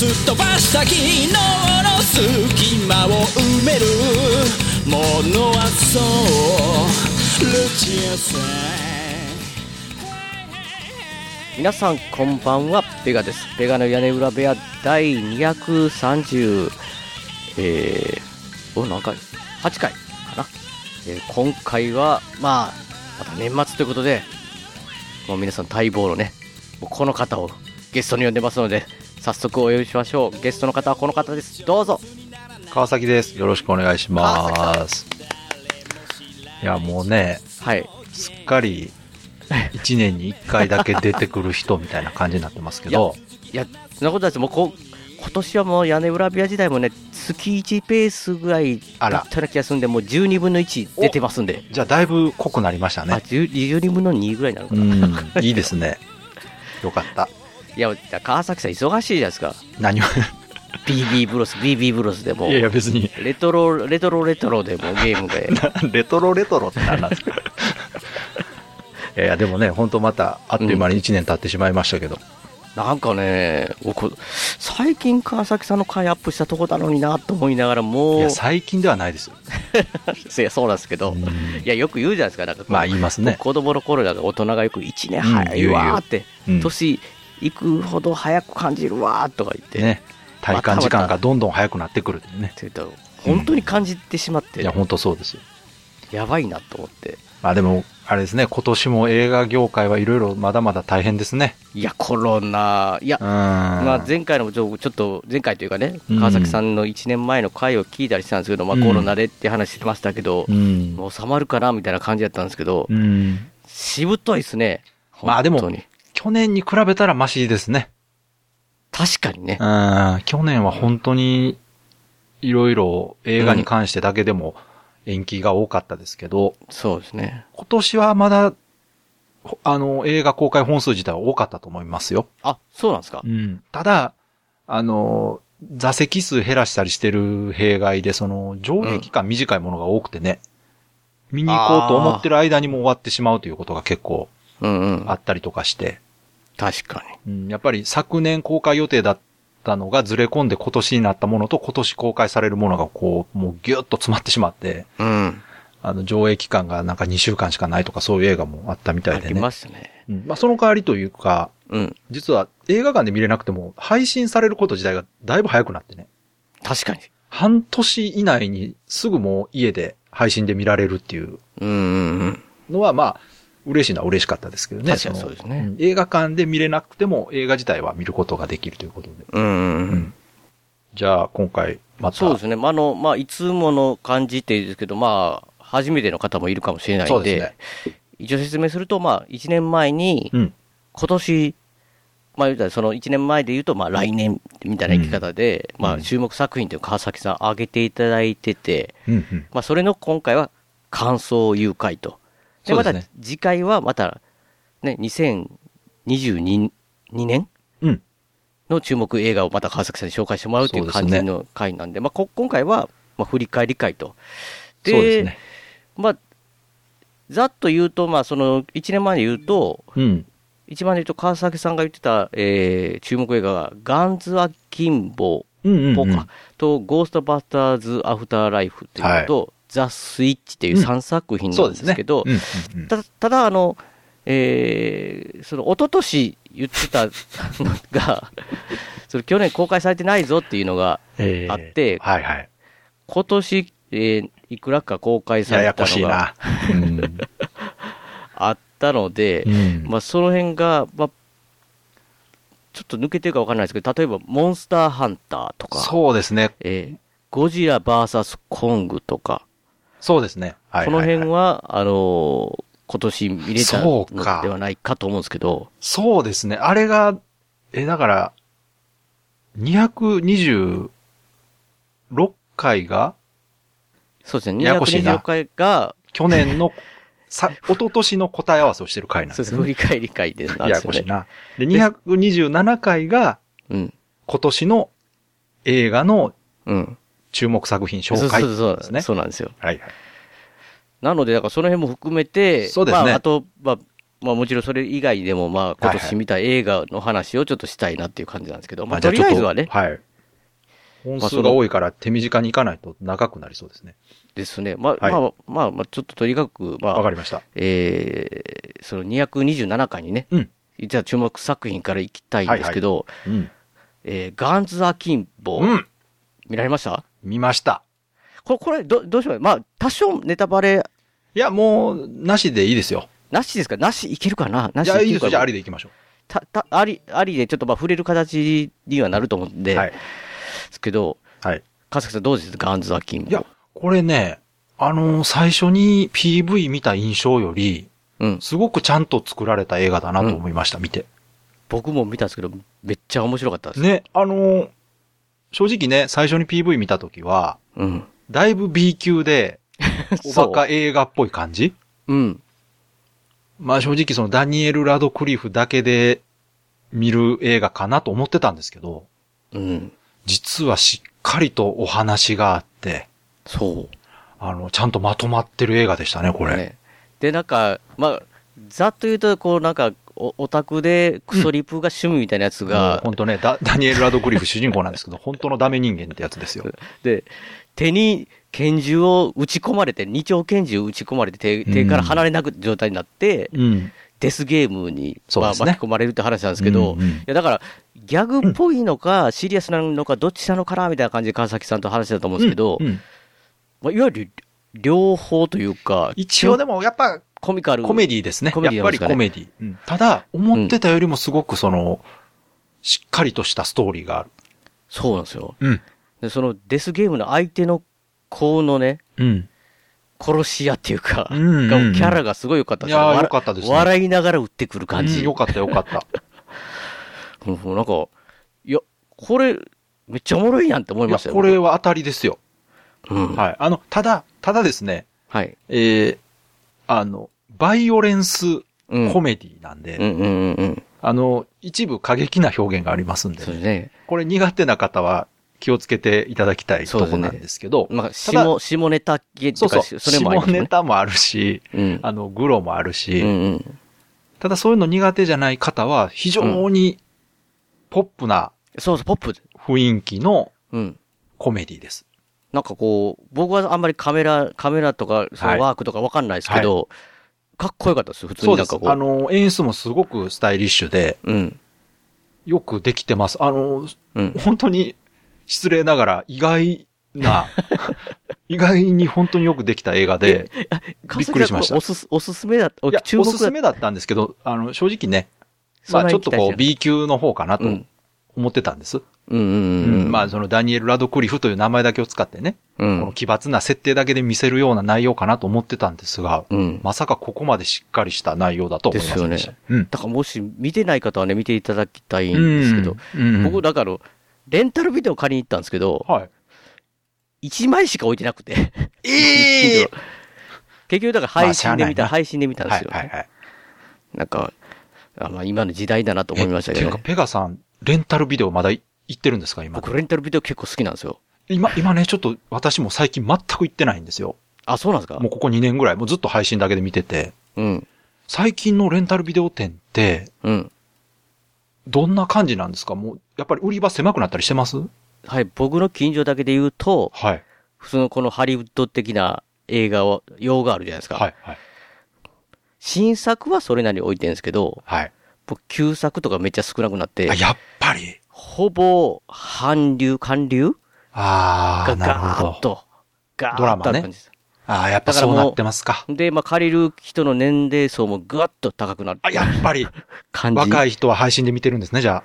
すっ飛ばした昨日の隙間を埋めるものはそうルチアさん皆さんこんばんはベガですベガの屋根裏部屋第230えー、お何回 ?8 回かな、えー今回はまあまた年末ということでもう皆さん待望のねもうこの方をゲストに呼んでますので早速お呼びしましょうゲストの方はこの方ですどうぞ川崎です。よろしくお願いします。いや、もうね、はいすっかり1年に1回だけ出てくる人みたいな感じになってますけど、いやそんなことないですもうこ今年はもう屋根裏部屋時代もね月1ペースぐらいあらだったような気がするんでもう12分の1出てますんでじゃあだいぶ濃くなりましたあ、ね。 10 12分の2ぐらいになるのうかな。ん、いいですね。よかった。いや、川崎さん忙しいじゃないですか。何を、 BB ブロス、BB ブロスでもい、やいや別に、レトロ、レトロレトロでもゲームで。 レトロレトロって何なんです かいやいや、でもね、本当またあっという間に1年経ってしまいましたけど、なんかね、僕、最近川崎さんの回アップしたとこだのになと思いながらもう、いや、い最近ではないですよ。や、そうなんですけど、うんいや、よく言うじゃないですか。なんかこうまあ言いますね。子供の頃なんか大人がよく1年早いわーって、うん言う言ううん年行くほど早く感じるわーとか言って、ね、体感時間がどんどん早くなってくるってねっ。て言うと、本当に感じてしまって、いや、本当そうですよ。やばいなと思って。まあでも、あれですね、今年も映画業界はいろいろまだまだ大変ですね。いや、コロナ、いや、うん。まあ、前回のもちょちょっと、前回というかね、うん川崎さんの1年前の回を聞いたりしたんですけど、まあ、うんコロナでって話してましたけどう、ん。もう収まるかなみたいな感じだったんですけどう、ん。しぶといですね、まあでも本当に去年に比べたらマシですね。確かにねう、ん。去年は本当に、いろいろ映画に関してだけでも延期が多かったですけど、そうですね。今年はまだ、ほあの、映画公開本数自体は多かったと思いますよ。あそうなんですか、うん。ただ、あの、座席数減らしたりしてる弊害で、その、上映期間短いものが多くてね、見に行こうと思ってる間にもう終わってしまうということが結構うんうん、あったりとかして、確かに。うん、やっぱり昨年公開予定だったのがずれ込んで今年になったものと今年公開されるものがこう、もうギュッと詰まってしまって、うん、あの、上映期間がなんか2週間しかないとかそういう映画もあったみたあいでりね。ましたね。うん、まあ、その代わりというか、うん、実は映画館で見れなくても配信されること自体がだいぶ早くなってね。確かに。半年以内にすぐもう家で配信で見られるっていううんうんうん、のは、まあ、嬉しいのは嬉しかったですけどね。確かにそうですねのうん映画館で見れなくても映画自体は見ることができるということで。うんうんうん。じゃあ、今回、また。そうですね、まああのまあ、いつもの感じって言うんですけど、まあ、初めての方もいるかもしれないそんうで、ですね。一応説明すると、まあ、1年前に、うん。今年、まあ、言うたらその1年前で言うと、まあ、来年みたいな生き方で、うんまあ、注目作品という川崎さん、挙げていただいてて、うん、うん。まあ、それの今回は感想を言う回と、でそうまでたすね次回はまた、ね、2022年うん。の注目映画をまた川崎さんに紹介してもらうというそうです感ねじの回なんで、まあ、こ今回は、まあ、振り返り会と。そうですね。まあ、ざっと言うと、まあ、その1年前で言うと、うん。一番で言うと川崎さんが言ってた、えー注目映画が、ガンズ・アッキンボうんうん、うん。ポカ、と、ゴーストバスターズ・アフターライフというのと、ザ・スイッチっていう3作品そなうんでですね。すけど、うんうんうんただただ、あの、えー、その、一昨年言ってたの が、それ去年公開されてないぞっていうのが、えーあってはいはい。今年、えーいくらか公開さやれやたこしのいが な。うん。あったので、うんまあ、その辺が、まあ、ちょっと抜けてるか分かんないですけど、例えば、モンスターハンターとか、そうですね。えーゴジラ VS コングとか、そうですね。はいこはいはのい辺は、あのー今年見れたそのうかではないかと思うんですけど、そうですね。あれが、え、だから、227 6回が、そうですね。ややこしいな224回が、去 年の、さ、一昨年の答え合わせをしてる回なんそうでですすね振。り返り会でなんやでやすよこしいね。な。で、227回が、うん。今年の映画のうん。注目作品そ紹うそう介そうそうですね。そうなんですよ。はいはい。なので、だからその辺も含めて、そうですねまあ、あと、まあ、まあもちろんそれ以外でも、まあ今はいは年い見た映画の話をちょっとしたいなっていう感じなんですけど、まあじゃとりあちょっあとえずはね、はい。本数が多いから手短に行かないと長くなりそうですね。ですね。まあ、はいまあ、まあ、まあ、ちょっととにかく、まわあか、りました。えー、その227回にね、うんじゃあ注目作品からいきたいんですけど、うん。えーガンズ・アキンボ、うん。見られました見ました。これ、これど、どうしようまあ、多少ネタバレ、いや、もう、なしでいいですよ。なしですかなしいけるかななしじゃあいいですけるかよ。じゃあなありでいきましょた、た、あり、ありでちょっとまあ触れる形にはなると思うんう。で、はい。ですけど、はい。川崎さんどうですガンズ・アキンボ。いや、これね、あのー最初に PV 見た印象より、うん。すごくちゃんと作られた映画だなと思いました、見て。僕も見たんですけど、めっちゃ面白かったです。ね、あのー正直ね、最初に PV 見たときは、うん。だいぶ B 級で、 おバカ映画っぽい感じうん。まあ正直そのダニエル・ラドクリフだけで見る映画かなと思ってたんですけど、うん。実はしっかりとお話があって、そう。あの、ちゃんとまとまってる映画でしたね、これ。ね、で、なんか、まあ、ざっと言うと、こう、なんか、おオタクでクソリプが趣味みたいなやつが、本当ねダ、 ダニエル・ラドクリフ主人公なんですけど、本当のダメ人間ってやつですよ。で、手に拳銃を撃ち込まれて、二丁拳銃撃ち込まれて手、手から離れなく状態になって、うん。デスゲームに、そうまあですね巻き込まれるって話なんですけど、うんうんいやだから、ギャグっぽいのか、シリアスなのか、どっちなのかなみたいな感じで川崎さんと話してたと思うんですけど、うんうんまあ、いわゆる両方というか、一応でもやっぱコミカル。コメディですね。コメディやっぱりなんですかコねメディ。うんただ、思ってたよりもすごくその、しっかりとしたストーリーがある。そうなんですよ。うん。で、そのデスゲームの相手の子のね、うん。殺し屋っていうか、うんうんうんがキャラがすごい良かったいよやーわらよかったですね笑いながら打ってくる感じ。よかったよかった。うんうんなんか、いや、これ、めっちゃおもろいやんって 思いいやましたよ。これは当たりですよ。僕、うん、はい。はい。あの、ただ、ただですね、えー、あの、バイオレンスうん。コメディなんで、うんうんうんうん。あの、一部過激な表現がありますんでそうね、ですね。これ苦手な方は気をつけていただきたいそうとですこねなんですけど、まあ、ただ下、下ネタ系っていそううそか、う、しそれもありま下すよネね。タもあるし、うん。あの、グロもあるし、うんうん。ただそういうの苦手じゃない方は、非常にポップなそうそう、ポップ。雰囲気のうん。コメディです。なんかこう、僕はあんまりカメラ、カメラとか、そはのいワークとかわかんないですけど、かっこよかったですよ、普通そにうなでんかすこ。う。あの、演出もすごくスタイリッシュで、うん。よくできてます。あの、うん。本当に失礼ながら意外 な、意外に本当によくできた映画で、びっくりしま川崎さんしたこれおすす、おすすめだった。いや注お目だすったすめだったんですけど、あの、正直ね、そまんあなちょっに期と待してこなうい B 級の方かなとうん思ってたんです。うんうんうんうん。まあそのダニエル・ラドクリフという名前だけを使ってね、うこのん。奇抜な設定だけで見せるような内容かなと思ってたんですが、うん。まさかここまでしっかりした内容だと思いませんでした。でうん。だからもし見てない方はね、見ていただきたいんですけど、うん、僕、だから、レンタルビデオ借りに行ったんですけど、はい。 1枚しか置いてなくて。え結局、だから配信で見た、まあしゃあないな配信で見たんではすいよ。はいはい。なんか、あまあ今の時代だなと思いましたけえどていうねか、。ペガさん、レンタルビデオまだい行ってるんですか、今。僕、レンタルビデオ結構好きなんですよ。今、今ね、ちょっと私も最近全く行ってないんですよ。あ、そうなんですかもうここ2年ぐらい、もうずっと配信だけで見てて、うん。最近のレンタルビデオ店って、うん。どんな感じなんですかもう、やっぱり売り場狭くなったりしてますはい、僕の近所だけで言うと、はい。普通のこのハリウッド的な映画を、用があるじゃないですか。はい、はい。新作はそれなりに置いてるんですけど、はい。僕旧作とかめっちゃ少なくなってあ、、やっぱり。ほぼ、韓流、韓流あがあ、なるガほーッど。と、ガーッドラとあマねる感じです。ああ、やっぱそうなってますか。で、まあ、借りる人の年齢層もぐわっと高くなるあ、やっぱり、感じ。若い。い人は配信で見てるんですね、じゃ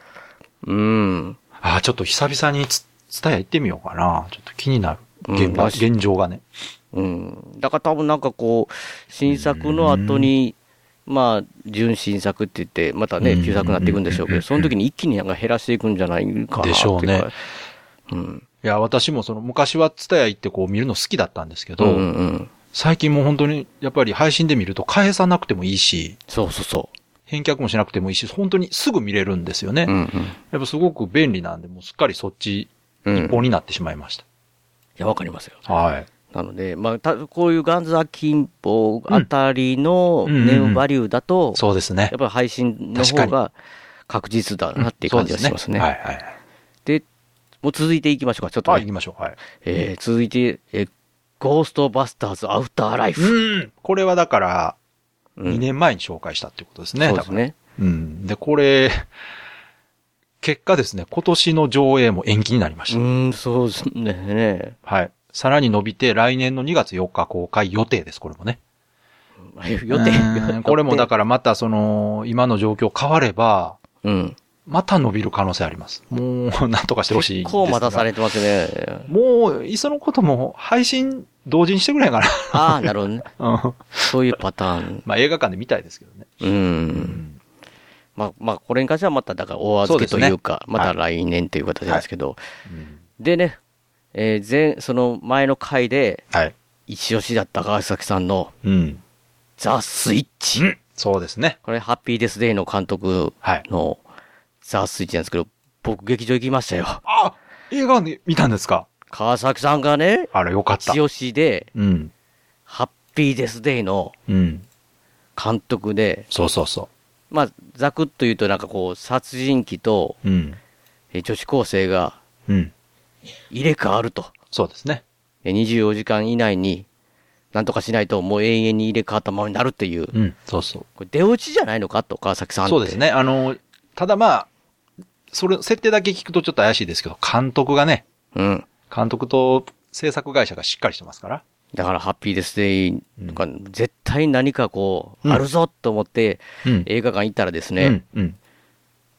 うん。あ。ああ、ちょっと久々につ、伝え行ってみようかな。ちょっと気になる。うん現,、まあ現状がね。うん。だから多分なんかこう、新作の後に、まあ、純新作って言って、またね、うん旧作になっていくんでしょうけうど、んその時に一気になんか減らしていくんじゃないかなっていうか。でしょうねうん。いや、私もその昔はツタヤ行ってこう見るの好きだったんですけど、うんうんうん。最近もう本当にやっぱり配信で見ると返さなくてもいいし、そうそうそ返却もしなくてもいいし、本当にすぐ見れるんですよね。う。うんうん。やっぱすごく便利なんで、もうすっかりそっちうん一本になってしまいました。いや、わかりますよ。はい。なので、まあ、たこういうガンザ近傍あたりのうんうんうんネオバリューだと、そうですねやっ。ぱり配信の方確かが確実だなっていう感じがしますね。はいはいはい。で、もう続いていきましょうか、ちょっと、ねはい、行きましょう。はい。えー続いて、えーゴーストバスターズアウターライフ。うん。これはだから、うん2年前に紹介したってことですね。そうですね。多分。うん。で、これ、結果ですね、今年の上映も延期になりまうした。ん、そうです ね。はい。さらに伸びて、来年の2月4日公開予定です、これもね。予う定ん。これもだら。からまたその、今の状況変われば、うん。また伸びる可能性あります。もう、なんとかしてほしいです結が。構待たされてますね。もう、いっそのことも、配信同時にしてくれへんかああ、なるほどね。な。うん。そういうパターン。まあ映画館で見たいですけどね。う。うんん。まあ、まあ、これに関してはまた、だから、大預けというか、そうですねまはたい来年という形なんですけど、でね、えー前、その前の回で、はい。一押しだった川崎さんのうん。ザ・スイッチ。そうですね。これ、ハッピーデスデイの監督はい。のザ・スイッチなんですけど、僕、劇場行きましたよ。あ映画で見たんですか川崎さんがね、あら、よかった一。押しで、うん。ハッピーデスデイのうん。監督で、そうそうそまあ、ざくっと言うと、なんかこう、殺人鬼とう。うん。えー女子高生がうん。入れ替わると。そうですね。えー24時間以内に、なんとかしないと、もう永遠に入れ替わったままになるっていう、うん。そうそう。これ出落ちじゃないのかと、川崎さんって。そうです。ね。あの、ただまあ、それ、設定だけ聞くとちょっと怪しいですけど、監督がね、うん。監督と制作会社がしっかりしてますから。だから、ハッピーデスデイとか、絶対何かこう、うんあるぞと思って、うん映画館行ったらですね、うん。うん。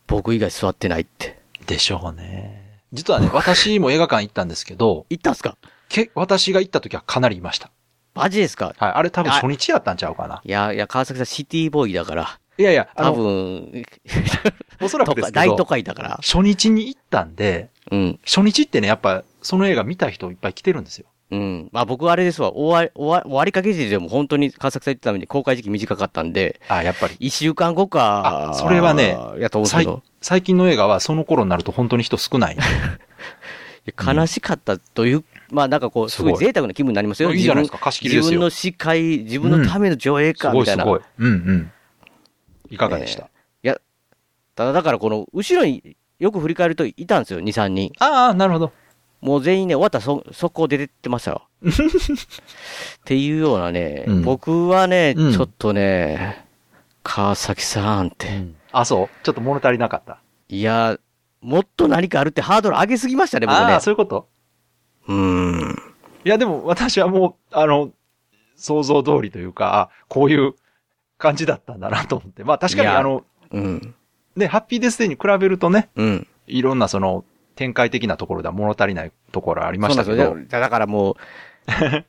僕以外座ってないって。でしょうね。実はね、私も映画館行ったんですけど、行ったんすかけ、私が行った時はかなりいました。マジですかはい。あれ多分初日やったんちゃうかな。いや、いや、川崎さんシティボーイだから、いやいや、多あの、分、おそらく都です会け大都ど、会だから。初日に行ったんで、うん。初日ってね、やっぱ、その映画見た人いっぱい来てるんですよ。うん。まあ僕はあれですわ、終わり、終わ終わりかけ時でも本当に川崎さん言ったために公開時期短かったんで、あ、やっぱり。一週間後か、あそれはねやと思うんですけ最ど、最近の映画はその頃になると本当に人少ないんで。いや悲しかったという、まあなんかこう、すごいすごい贅沢な気分になりますよ。いいじゃないですか自分貸し切りですよ自分の司会、自分のための上映すか、ごみいたすいな。ごい。うんうん。いかがでした、えいや、ただだからこの、後ろによく振り返るといたんですよ、2、3人。ああ、なるほど。もう全員ね、終わったらそ、速攻出てってました よ。っていうようなね、うん僕はね、うんちょっとね、川崎さんって、あ、そうちょっと物足りなかった。いや、もっと何かあるってハードル上げすぎましたね、僕あねあ、。そういうことうーん。いや、でも私はもう、あの、想像通りというか、あこういう感じだったんだなと思って。まあ確かにいやあの、うん。ね、ハッピーデスデーに比べるとね、うん。いろんなその、展開的なところでは物足りないところはありましたけそうなんどで、すよ。だだからもう、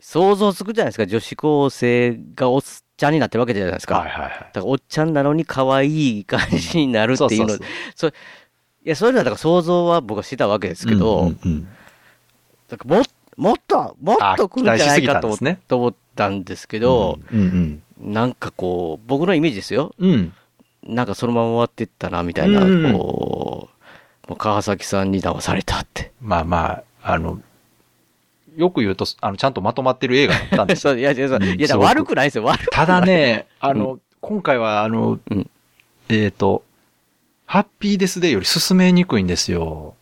想像つくじゃないですか。女子高生がおっちゃんになってるわけじゃないですか。はいはいはい。だからおっちゃんなのに可愛い感じになるっていうの。そうそうそうそいや、そういうのはだから想像は僕はしてたわけですけど、うんうんうんだからももっと、もっと来るんじゃないかと思あ期待しすぎたんですねと思ったんですけど、うんなんかこう、僕のイメージですよ。うん。うん。なんかそのまま終わってったな、みたいな、うんうんこう、もう川崎さんに騙されたって。まあまあ、あの、よく言うと、あの、ちゃんとまとまってる映画だったんで すよ。そういや、いや、そううんいやだすからごく悪くないですよ、悪くただね、あの、今回はあの、うんえっ、と、ハッピーデスデーより進めにくいんですよ。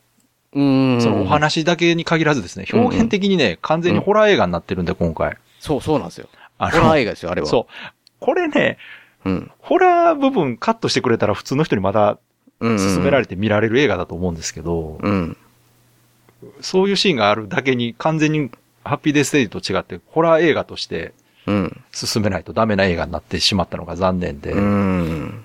うーん。そのお話だけに限らずですね、表現的にね、完全にホラー映画になってるんで、今回。そう、そうなんですよ。あホラー映画ですよ、あれは。そう。これね、う。うん。ホラー部分カットしてくれたら普通の人にまだうん。勧められて見られる映画だと思うんですけど、うん。そういうシーンがあるだけに完全にハッピーデステイと違って、ホラー映画としてうん。進めないとダメな映画になってしまったのが残念で。ううんん。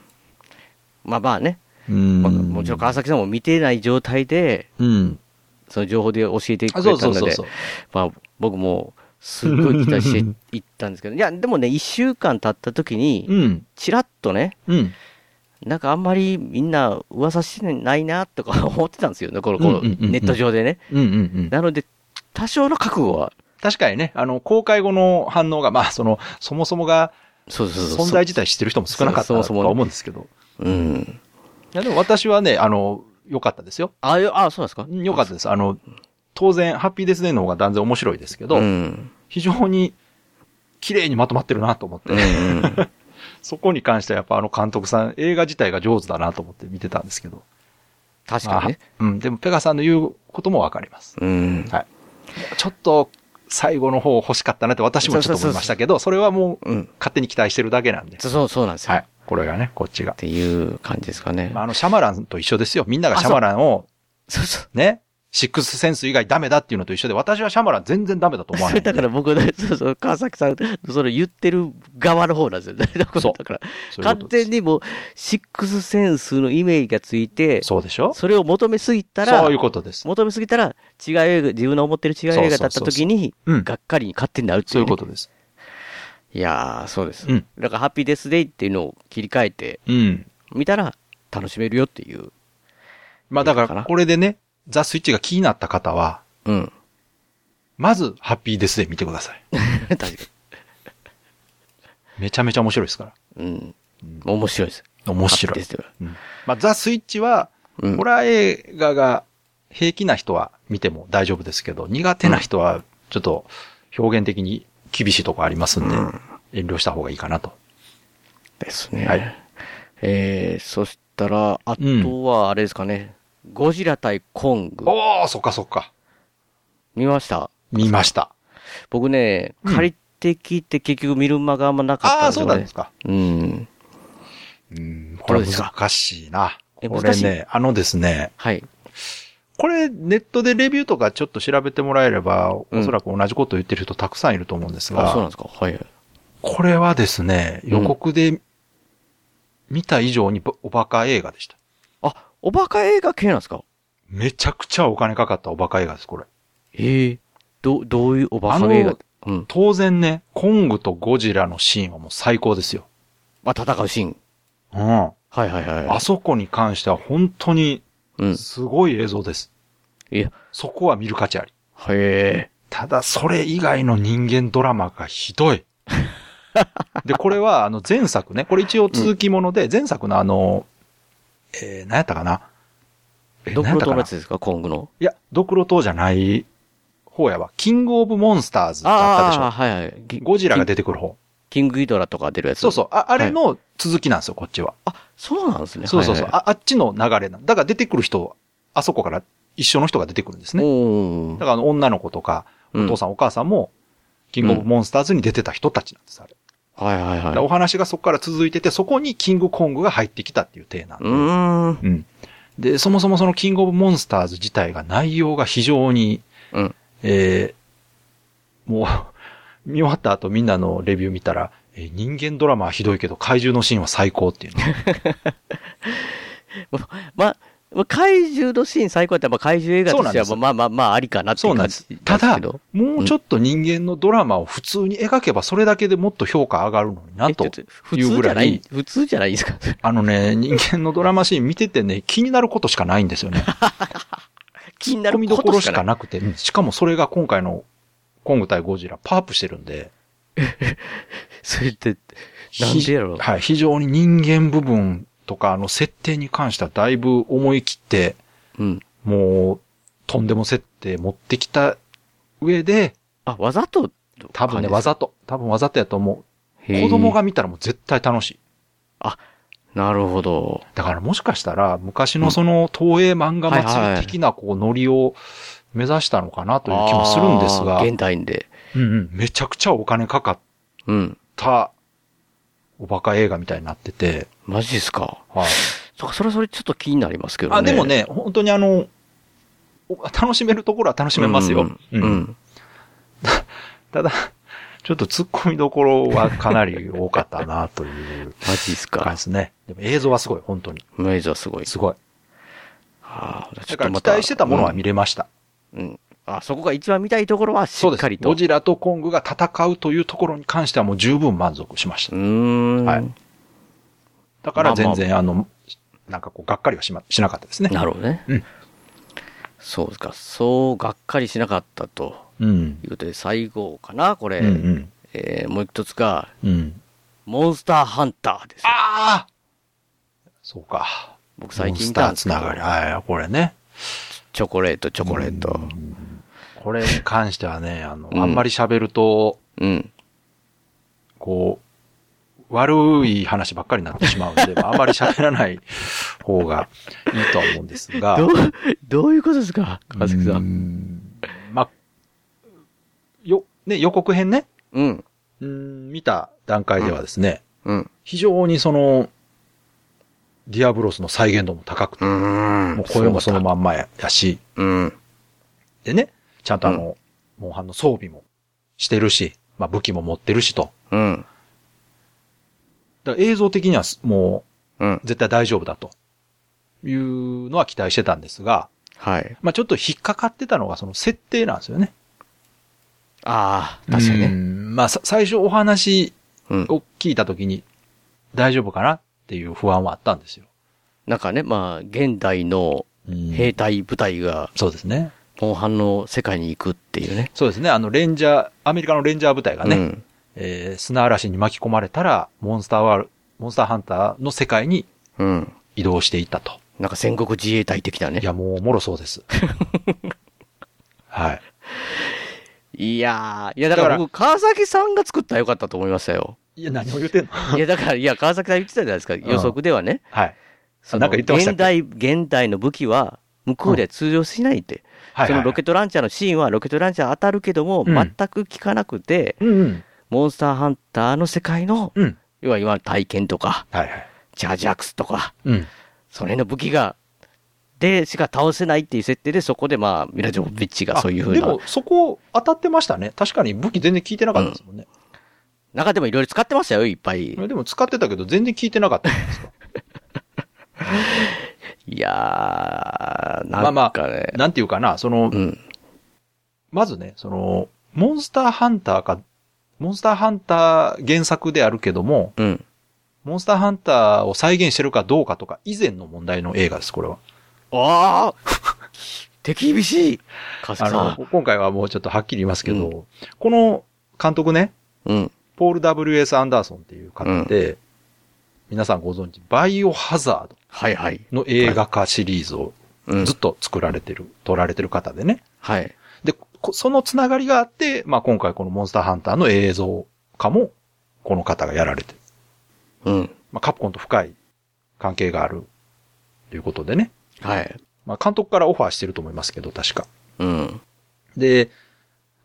まあまあね、うんまあもちろん川崎さんも見てない状態で、うん。その情報で教えてくあれそうたそうのそうでそう、。まあ僕もすっごい期待していったんですけど、いや、でもね、1週間経った時に、うん。ちらっとね、うん。なんかあんまりみんな噂してないなとか 思ってたんですよね、この、このうんうんうんうんネット上でね。うんうんうん。なので、多少の覚悟は、確かにね、あの、公開後の反応が、まあ、その、そもそもが、そうそうそう。存在自体知ってる人も少なかったそうとそかもそもね思うんですけど。うん。いや、でも私はね、あの、良かったですよ。あよあ、そうなんですか良かったです。あの、当然、ハッピーデスデーの方が断然面白いですけど、うん。非常に綺麗にまとまってるなと思って、うんうん。そこに関してはやっぱあの監督さん、映画自体が上手だなと思って見てたんですけど。確かにね。まあうん、でもペガさんの言うこともわかります。うん。はい。ちょっと、最後の方欲しかったなって私もちょっと思いましたけど、それはもううん。勝手に期待してるだけなんで。そう、そうなんですよ。はっい。これがね、こっちが。ていう感じですかね。まあ、あの、シャマランと一緒ですよ。みんながシャマランを、そうそう。 ね、シックスセンス以外ダメだっていうのと一緒で、私はシャマラン全然ダメだと思 わそなれい。だから僕ね、そうそう、川崎さん、それ言ってる側の方なんですよね。だからそうだから、そういう完ことです全にもう、シックスセンスのイメージがついて、そうでしょそれを求めすぎたらそうい、うことです。求めすぎたら、違う映画、自分の思ってる違う映画だった時に、うん。がっかりに勝手になるってそいうういね、うことです。いやー、そうです。うんだから、ハッピーデスデイっていうのを切り替えてうん。みたら、楽しめるよっていう。まあだか、からなこれでね、ザ・スイッチが気になった方は、うん。まず、ハッピーデスで見てください。 確かに。めちゃめちゃ面白いですから。うん。面白いです。面ハ白ッピーデいス。デイはうんまあ、ザ・スイッチは、うんホラー映画が平気な人は見ても大丈夫ですけど、苦手な人は、ちょっと、表現的に厳しいとこありますんで、遠慮した方がいいかなと。ですね。はいえー、そしたら、あとはあれですかね、ゴジラ対コング、おー、そっかそっか。見ました見ました。僕ね、うん借りてきて結局見る間があんまなかったああ、んですそうよなんねです。か。うん。うん、これどうですか難しいな。えこ難れしいね、あのですね、はい。これネットでレビューとかちょっと調べてもらえれば、おうんそらく同じこと言ってる人たくさんいると思うんですあ、そうなんが、ですか。はい。これはですね、ん予告で見た以上にばおバカ映画でした。あ、おバカ映画系なんですかめちゃくちゃお金かかったおバカ映画です、これ。ええど、どういうおバカ映画あうん。当然ね、コングとゴジラのシーンはもう最高ですよ。まあ、戦うシーン。うん。はいはいはい。あそこに関しては本当にうん。すごい映像です。いや、そこは見る価値あり。へえ。ただ、それ以外の人間ドラマがひど い。で、これは、あの、前作ね。これ一応続きもので、前作のあの、えー、何やったかなえドク何やロったとかのなやつですか、コングの。いや、ドクロ島じゃない方やわ。キングオブモンスターズだったでしああ、ょ。はいはい。キゴジラが出キンてくる方。キングギドラとか出るやつ。そうそう。ああれの続きなんですよ、こっちは。あ、そうなんですね。そうそうそう。はいはいああっちの流れなんだから出てくる人、あそこから一緒の人が出てくるんですね。おだからあの女の子とか、お父さんお母さんも、キングオブモンスターズに出てた人たちなんです、あれ。ん。はいはいだからはい。お話がそこから続いてて、そこにキングコングが入ってきたっていう体なんでうーん。うんで、そもそもそのキングオブモンスターズ自体が内容が非常に、うんえーもう、 見終わった後みんなのレビュー見たら、えー人間ドラマはひどいけど怪獣のシーンは最高 っていうの。ま、ま、怪獣のシーン最高だったら、まあ、怪獣映画としては、そうまあまあまあ、ありかなっていそううな感んでじ すなんです。けたど。だ、もうちょっと人間のドラマを普通に描けばそれだけでもっと評価上がるのにえなちょとっ。と普通じゃない、普通じゃないですか。 あのね、人間のドラマシーン見ててね、気になることしかないんですよね。 気にな突っ込みるどこことろししかかない。なくて、うんしかもそれが今回のコング対ゴジラパワーアップしてるんで、それって、なんでやろひはい、非常に人間部分とか、あの、設定に関してはだいぶ思い切って、うん。もう、とんでも設定持ってきた上で、あ、わざと、多分ね、わざと、多分わざとやと思う。へー子供。が見たらもう絶対楽しい。なるほど。だからもしかしたら、昔のその、東映漫画はいはいは祭いり的な、こう、ノリを目指したのかなという気もするんですがあ、ー現代で。うんうん、めちゃくちゃお金かかっうん。た、おバカ映画みたいになってて、マジですか。はい。そっかそれそれちょっと気になりますけどね。あ、でも、ね、本当にあの、お楽しめるところは楽しめますよ。ううんん。ただ、ちょっと突っ込みどころはかなり多かったな、というマジです感じかで。すね。 でも映像はすごい、本当に。メイズはすごい。すごい。あーちょっだかとらま期待してたものは見れました。うん。あ、そこが一番見たいところはしそうっでかすり。と。ゴジラとコングが戦うというところに関してはもう十分満足しましうた。ーん。はいだから全然、あの、なんかこう、がっかりはし,、ま、しなかったですね。なるほどね。うんそうですか。そう、がっかりしなかったとうんい。うことで、最後かな、これ。うんうん。えーもう一つが、うん。モンスターハンターです。ああそうか。僕最近モン見スタたんーですつけどながり。はい、これね。チョコレート、チョコレート。これに関してはね、あの、うんあんまり喋ると、うん。こう、悪い話ばっかりになってしまうので、まああんまり喋らない方がいいとは思うんですが。どう、 どういうことですか川崎さうーん。んまあ、よ、ね、予告編ね、うん。うーん見た段階ではですね、うん。非常にその、ディアブロスの再現度も高くて、うんもう声もそのまんまややし、うん。でね、ちゃんとあの、モンハンの装備もしてるし、まあ武器も持ってるしと。うん。だから映像的にはすもうんう。絶対大丈夫だと。いうのは期待してたんですが、はい。まあちょっと引っかかってたのがその設定なんですよね。ああ、確かにうね。んまあさ最初お話うん。を聞いたときに大丈夫かなっていう不安はあったんですよ。なんかね、まあ、現代の兵隊部隊が、そうですね。モンハンの世界に行くっていうね。そうですね。あの、レンジャー、アメリカのレンジャー部隊がね、うん。えー砂嵐に巻き込まれたら、モンスターワール、モンスターハンターの世界にうん。移動していったと。なんか戦国自衛隊的ないね。や、もう、もろそ うです。はい。いやー、いやだからだから僕、川崎さんが作ったらよかったと思いました よ。いや、何を言ってんのいや、だから、いや、川崎さん言ってたじゃないですか、予測ではね。はい。そのなんか言ってましたっ現代、現代の武器は、向こうでは通用しないって。はい。そのロケッットランチャーのシーンは、ロケットランチャー当たるけども、うん全く効かなくて、ト。うんうん。モンスターハンターの世界の、うん。要は今の体験とか、はいはい。ジャジャックスとか、うん。それの武器が、でしか倒せないっていう設定で、そこでまあ、ミラジョヴィッチがそういうふうでなも、そこ当たってましたね。確かに武器全然効いてなかったですもんね。中でもいろいろ使ってましたよ、いっぱい。でも使ってたけど全然効いてなか ったじゃないですか。いやー、まあなまんかね、あ、なんていうかな、そのう、ん、まずね、その、モンスターハンターか、モンスターハンター原作であるけども、うん。モンスターハンターを再現してるかどうかとか、以前の問題の映画です、これは。ああ 手厳しい川崎あさの、今回はもうちょっとはっきり言いますけど、この監督ね、ん。うん。ポール・ W.S. アンダーソンっていう方で、皆さんご存知、バイオハザーはいはい。ドの映画化シリーズをうんずっ。と作られてる、撮られてる方でね。はい。で、こそのつながりがあって、まあ今回このモンスターハンターの映像化も、この方がやられてる。うん。まあカプコンと深い関係がある、ということでね。はい。まあ監督からオファーしてると思いますけど、確か。うん。で、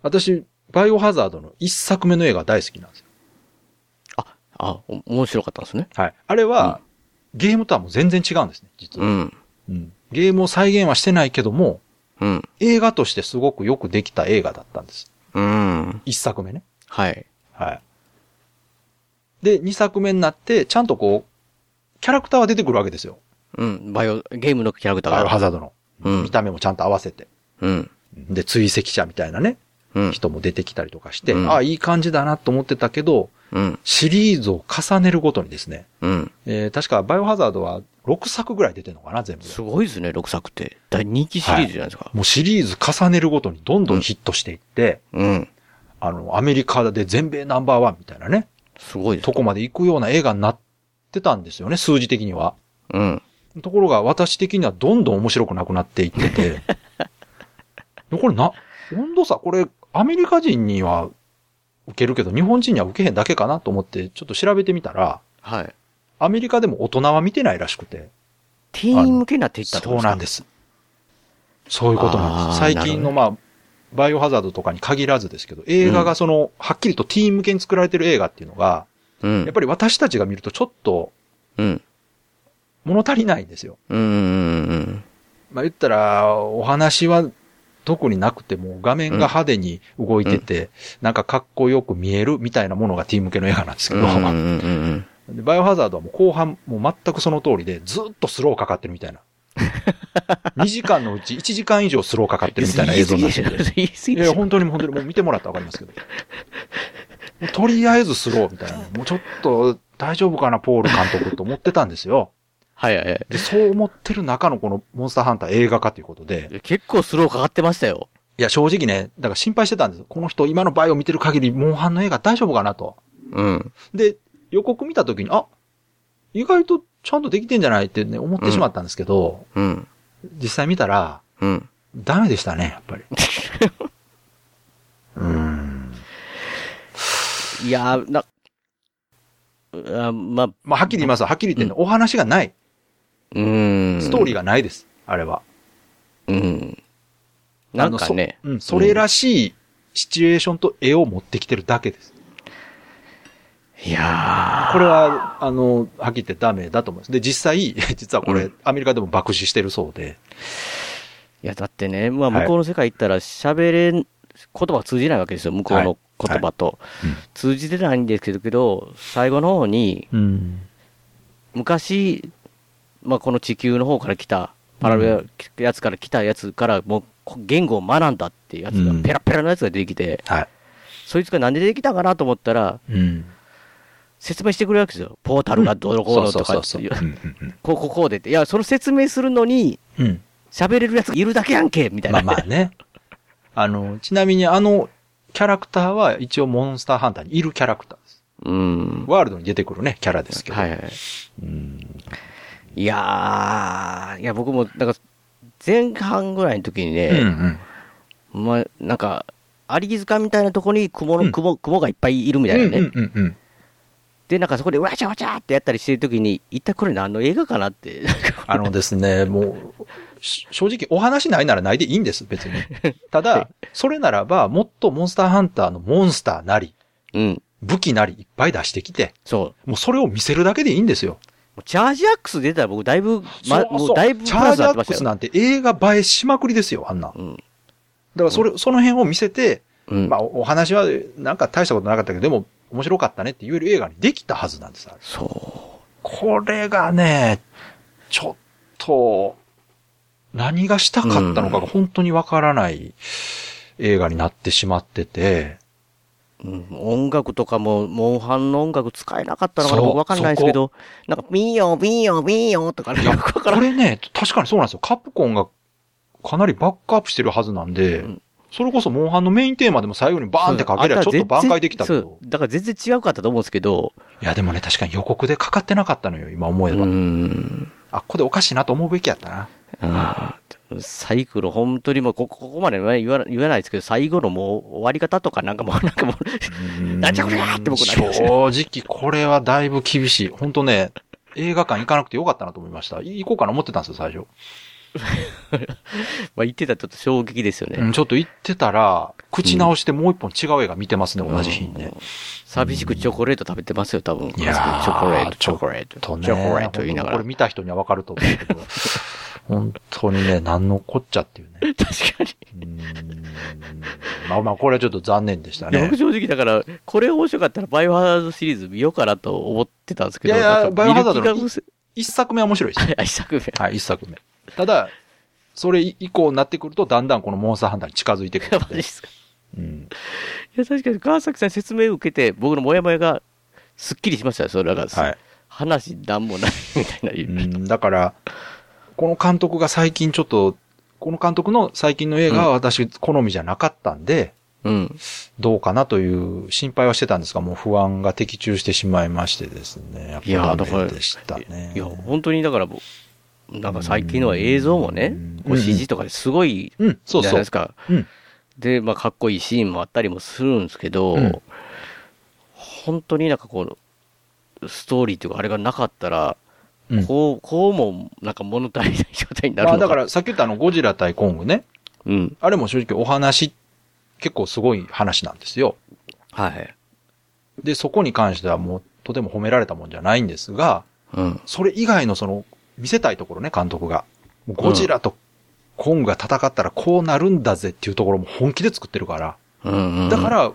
私、バイオハザードの一作目の映画大好きなんですよ。あ、あ、お面白かったんですね。はい。あれは、ゲームとはもう全然違うんですね、実うは、ん。うんゲームを再現はしてないけども、うん。映画としてすごくよくできた映画だったんです。うん。一作目ね。はい。はい。で、二作目になって、ちゃんとこう、キャラクターは出てくるわけですよ。うん。バイオ、ゲームのキャラクターバイオが。ハザードの。うん見た目もちゃんと合わせて。うん。で、追跡者みたいなね、うん。人も出てきたりとかして、うんああ、いい感じだなと思ってたけど、うん。シリーズを重ねるごとにですね、うん。えー確かバイオハザードは6作ぐらい出てるのかな、全部ですごいですね、6作って。大人気シリーズじゃないですか。もうシリーズ重ねるごとにどんどんヒットしていって、うん。あの、アメリカで全米ナンバーワンみたいなね、すごいですと。こまで行くような映画になってたんですよね、数字的には。うん。ところが私的にはどんどん面白くなくなっていって て。でこれな、温度差、これアメリカ人には受けるけど、日本人には受けへんだけかなと思って、ちょっと調べてみたら、はい。アメリカでも大人は見てないらしくて。ティーン向けになっていったってそこうとなんでです。そういうことなんです。あー最近のまあ、バイオハザードとかに限らずですけど、映画がその、はっきりとティーン向けに作られてる映画っていうのが、すか。うん。やっぱり私たちが見るとちょっとうん。物足りないんですよ。うんうんうん。まあ言ったら、お話は特になくても、画面が派手に動いてて、なんかかっこよく見えるみたいなものがティーン向けの映画なんですけうんど、うんうん うん。でバイオハザードはもう後半、もう全くその通りで、ずっとスローかかってるみたいな。2時間のうち1時間以上スローかかってるみたいな映像になってて。言い過ぎ いでや、しょ。本当に本当に、もう見てもらったらわかりますけど。もうとりあえずスローみたいな。もうちょっと大丈夫かな、ポール監督と思ってたんですよ。はいはいはいで、そう思ってる中のこのモンスターハンター映画化ということでい、や。結構スローかかってましたよ。いや、正直ね、だから心配してたんですよ。この人、今の場合を見てる限り、モンハンの映画大丈夫かなと。うん。で、予告見た時に、あ、意外とちゃんとできてんじゃないってね、思ってしまったんですけど、うん。実際見たら、うん。ダメでしたね、やっぱり。うーん。いやー、な、あまあ、まあ、はっきり言いますわはっきり言ってね、お話がない。うーん。ストーリーが。がないです。あれは。うん。なんかね。あのそうん、それらしいシチュエーションと絵を持ってきてるだけです。いやー。これは、あの、はっきり言ってダメだと思います。で、実際、 実はこれ、うんアメリカでも爆死してるそうで。いや、だってね、まあ、はい向こうの世界行ったら喋れん、言葉が通じないわけですよ、向こうの言葉と。いうん通じてないんですけど、けど最後の方に、うん。昔、まあ、この地球の方から来た、パラレルやつから来たやつから、もうこ言語を学んだっていうやつうがん、ペラペラのやつが出てきて、はそいつが何でできたかなと思ったら、い。うん。説明してくれるわけですよ。ポータルがどうのこうのとかっていう、うんうんこうこうこうでって。いや、その説明するのに、うん。うん喋れるやつがいるだけやんけみたいまな。あまあね。あの、ちなみにあの、キャラクターは一応モンスターハンターにいるキャラクターです。 うん。ワールドに出てくるね、キャラですけど。はいはい。うん。いやー、いや、僕も、なんか、前半ぐらいの時にうんうね、ん。まあ、なんか、アリ塚みたいなとこに雲うんの、雲、雲がいっぱいいるみたいなね。うんうんうん。で、なんかそこで、わちゃわちゃってやったりしてる時に、一体これ何の映画かなって。 あのですね、もう、し正直お話ないならないでいいんです、別に。ただ、それならば、もっとモンスターハンターのモンスターなり、うん。武器なりいっぱい出してきて、そう。ももうそれを見せるだけでいいんですよ。うチャージアックス出たら僕、だいぶ、ま、そうそうもうだいぶプチャラスにージなアってまックしスたよ。なんて映画映えしまくりですよ、あんな。だかうん。らそれ、その辺を見せて、うん。まあおお話はなんか大したことなかったけど、でも面白かったねって言える映画にできたはずなんです、あれそう。これがね、ちょっと、何がしたかったのかが本当にわからない映画になってしまってて、うん、音楽とかも、モンハンの音楽使えなかったのかなそう僕わかんないんですけど、なんか、ビンヨー、ビンヨー、ビンヨーとか、いやよくわこからん。れね、確かにそうなんですよ。カプコンがかなりバックアップしてるはずなんで、うんそれこそモンハンのメインテーマでも最後にバーンってかけりゃちょっと挽回できたけそうど。だから全然違うかったと思うんですけど、いやでもね、確かに予告でかかってなかったのよ、今思えば。うん。あ、ここでおかしいなと思うべきやったな。あーサイクル、本当にもうこ、ここまでは言わ言わないですけど、最後のもう終わり方とか、なんかもう、 なんかもう、なんじゃこりゃって僕なりました正直、これはだいぶ厳しい。本当ね、映画館行かなくてよかったなと思いました。い行こうかな思ってたんですよ、最初。まあ、言ってたらちょっと衝撃ですよね。うん、ちょっと行ってたら、口直してもう一本違う映画見てますね、同じ日にうねん。。寂しくチョコレート食べてますよ、多分。いやーチョコレート、チョコレート、とね、チョコレート言いながこられ。見た人にはわかると思うけど、 本当にね、なんのこっちゃっていうね。確かに。うんまあまあ、これはちょっと残念でしたいやね僕。正直だから、これ面白かったらバイオハザードシリーズ見ようかなと思ってたんですけど。いやいやなんかバイオハザード見る気がうせ一作目は面白いです。 あ一作目。はい、一作目。ただ、それ以降になってくると、だんだんこのモンスターハンターに近づいてくるマ ジっすか。うんいや、確かに川崎さん説明を受けて、僕のモヤモヤがすっきりしましたよ、それだから。はい。話なんもないみたいな言う。うん、だから、この監督が最近ちょっと、この監督の最近の映画は私好みじゃなかったんで、うん。どうかなという心配はしてたんですが、もう不安が的中してしまいましてですね。やっぱいやだダからメでしたね。いや、本当にだから僕、なんか最近のは映像もねうん、こう CG とかですごいうん、そうじゃないそうです。か。うんで、まあ、かっこいいシーンもあったりもするんですけど、うん本当になんかこう、ストーリーというか、あれがなかったら、うんこう、こうも、なんか物足りない状態になるまのあだから、さっき言ったあの、ゴジラ対コングね。うん。あれも正直お話、結構すごい話なんですよ。はい。で、そこに関してはもうとても褒められたもんじゃないんですが、うん。それ以外のその、見せたいところね、監督が。もうゴジラとコングが戦ったらこうなるんだぜっていうところも本気で作ってるから。うん、だか、ら、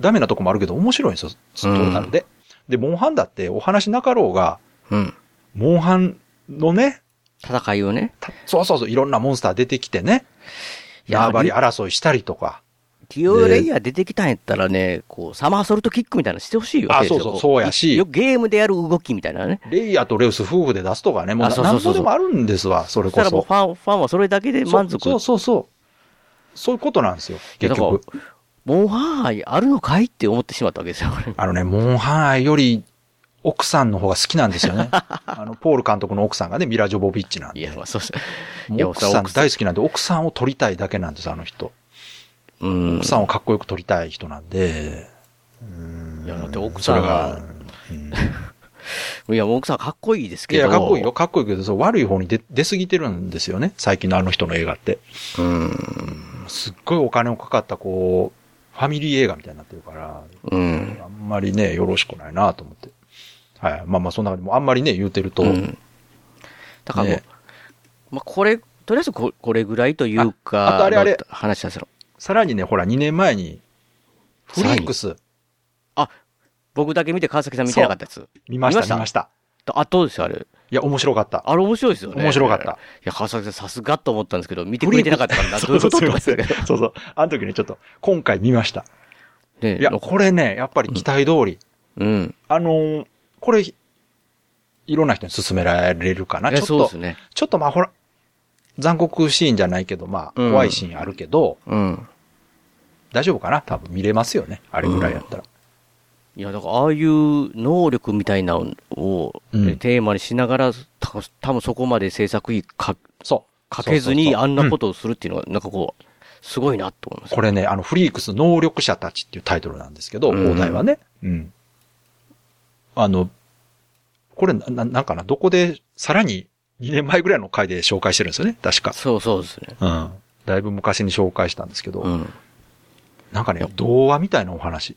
ダメなとこもあるけど面白いんですよ、ストーリーなので。で、モンハンだってお話なかろうが、うん。モンハンのね、戦いをね、たそうそうそう、いろんなモンスター出てきてね、いや縄張り争いしたりとか、企業レイヤー出てきたんやったらね、こう、サマーソルトキックみたいなのしてほしいわけですよ。あそうそうこそうやしよくゲームでやる動きみたいなね。レイヤーとレウス夫婦で出すとかね、もうあそうそ何うそ度うでもあるんですわ、それそしたこらもうそ。ファン、ファンはそれだけで満足。そうそうそうそう。そういうことなんですよ、いや結だから局。モンハン愛あるのかいって思ってしまったわけですよ、 俺あのね、モンハン愛より奥さんの方が好きなんで すよね。あの、ポール監督の奥さんがね、ミラ・ジョボビッチなんいで。や、まあそうです。もういや奥さん奥さん大好きなんで、奥さんを撮りたいだけなんです、あの人。うん。奥さんをかっこよく撮りたい人なんで。うんいやだって奥さんがそれうんいや、もう奥さんかっこいいですいけど。や、かっこいいよ、。かっこいいけど、そう悪い方に出出過ぎてるんですよね、最近のあの人の映画って。うん。すっごいお金をかかった、こう、ファミリー映画みたいになってるから、うん。あんまりね、よろしくないなと思って。はい。まあまあ、そんな感じもうあんまりね、言うてると、うんだからもう、ねまあこれ、とりあえずここれぐらいというああか、とあれあれの話なんですよ。さらにね、ほら、2年前に、フリークス、僕だけ見て川崎さん見てなかったやつ。見まし見た、ました見ました。とあとですよ、あれ。いや、面白かった。あれ面白いですよね。面白かったいや、川崎さんさすがと思ったんですけど、見てくれてなかったんだ。どう いうそうそこう、とすいと思まってせん。そうそう。あの時ね、ちょっと、今回見ました。ね いや、これね、やっぱり期待通り。うん。あのーこれ、いろんな人に勧められるかな。いちやょっそうでとす、ね。ちょっとまあ、ほら、残酷シーンじゃないけど、まあ、うん怖いシーンあるけど、うん。大丈夫かな多分見れますよね。あれぐらいやったら。いや、だから、ああいう能力みたいなのを、うんテーマにしながら、た多分そこまで制作費かそう。。かけずに、あんなこととをするっていうのが、なんかこう、すごいなと思います。これね、あの、フリークス能力者たちっていうタイトルなんですけど、うん放題はね。うん。あの、これ、な、ななんかな、どこで、さらに2年前ぐらいの回で紹介してるんですよね。確か。そうそうですね。うん。だいぶ昔に紹介したんですけど、うん。なんかね、童話みたいなお話。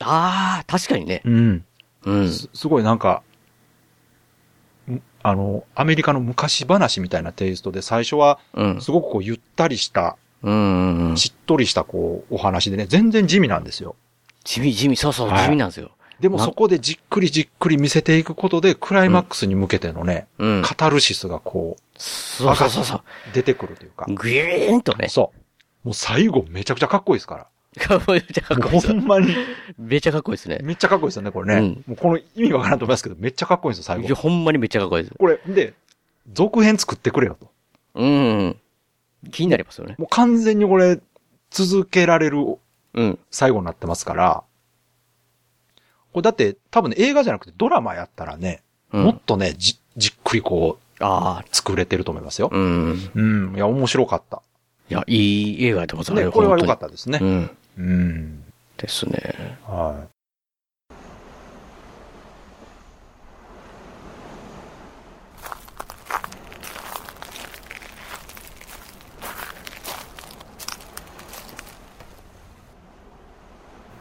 ああ、確かにね。うん。うん。すすごいなんか、んあの、アメリカの昔話みたいなテイストで、最初はうん。すごくこうゆったりした、うんうん。しっとりしたこうお話でね、全然地味なんですよ。地味、地味、そうそう、はい地味なんですよ。でもなそこでじっくりじっくり見せていくことで、クライマックスに向けてのね、うん。カタルシスがこそうそうそうそう。う出てくるというか、グイーンとね。そう。もう最後めちゃくちゃかっこいいですから。めっちゃかっこいいでもうすほよ。んまに、めっちゃかっこいいですね。めっちゃかっこいいですよね、これね。うんもうこの意味わからんと思いますけど、めっちゃかっこいいんですよ、い最や、後。ほんまにめっちゃかっこいいです。これ、で、続編作ってくれよと。うん。気になりますよね。もう完全にこれ、続けられるうん。最後になってますから、これだって多分ね、映画じゃなくてドラマやったらね、うんもっとね、じ、じっくりこう、ああ、作れてると思いますよ。うん。いうん、いや、面白かった。や、いい映画でございますね、これは良かっったですね。うん。うん。ですね。は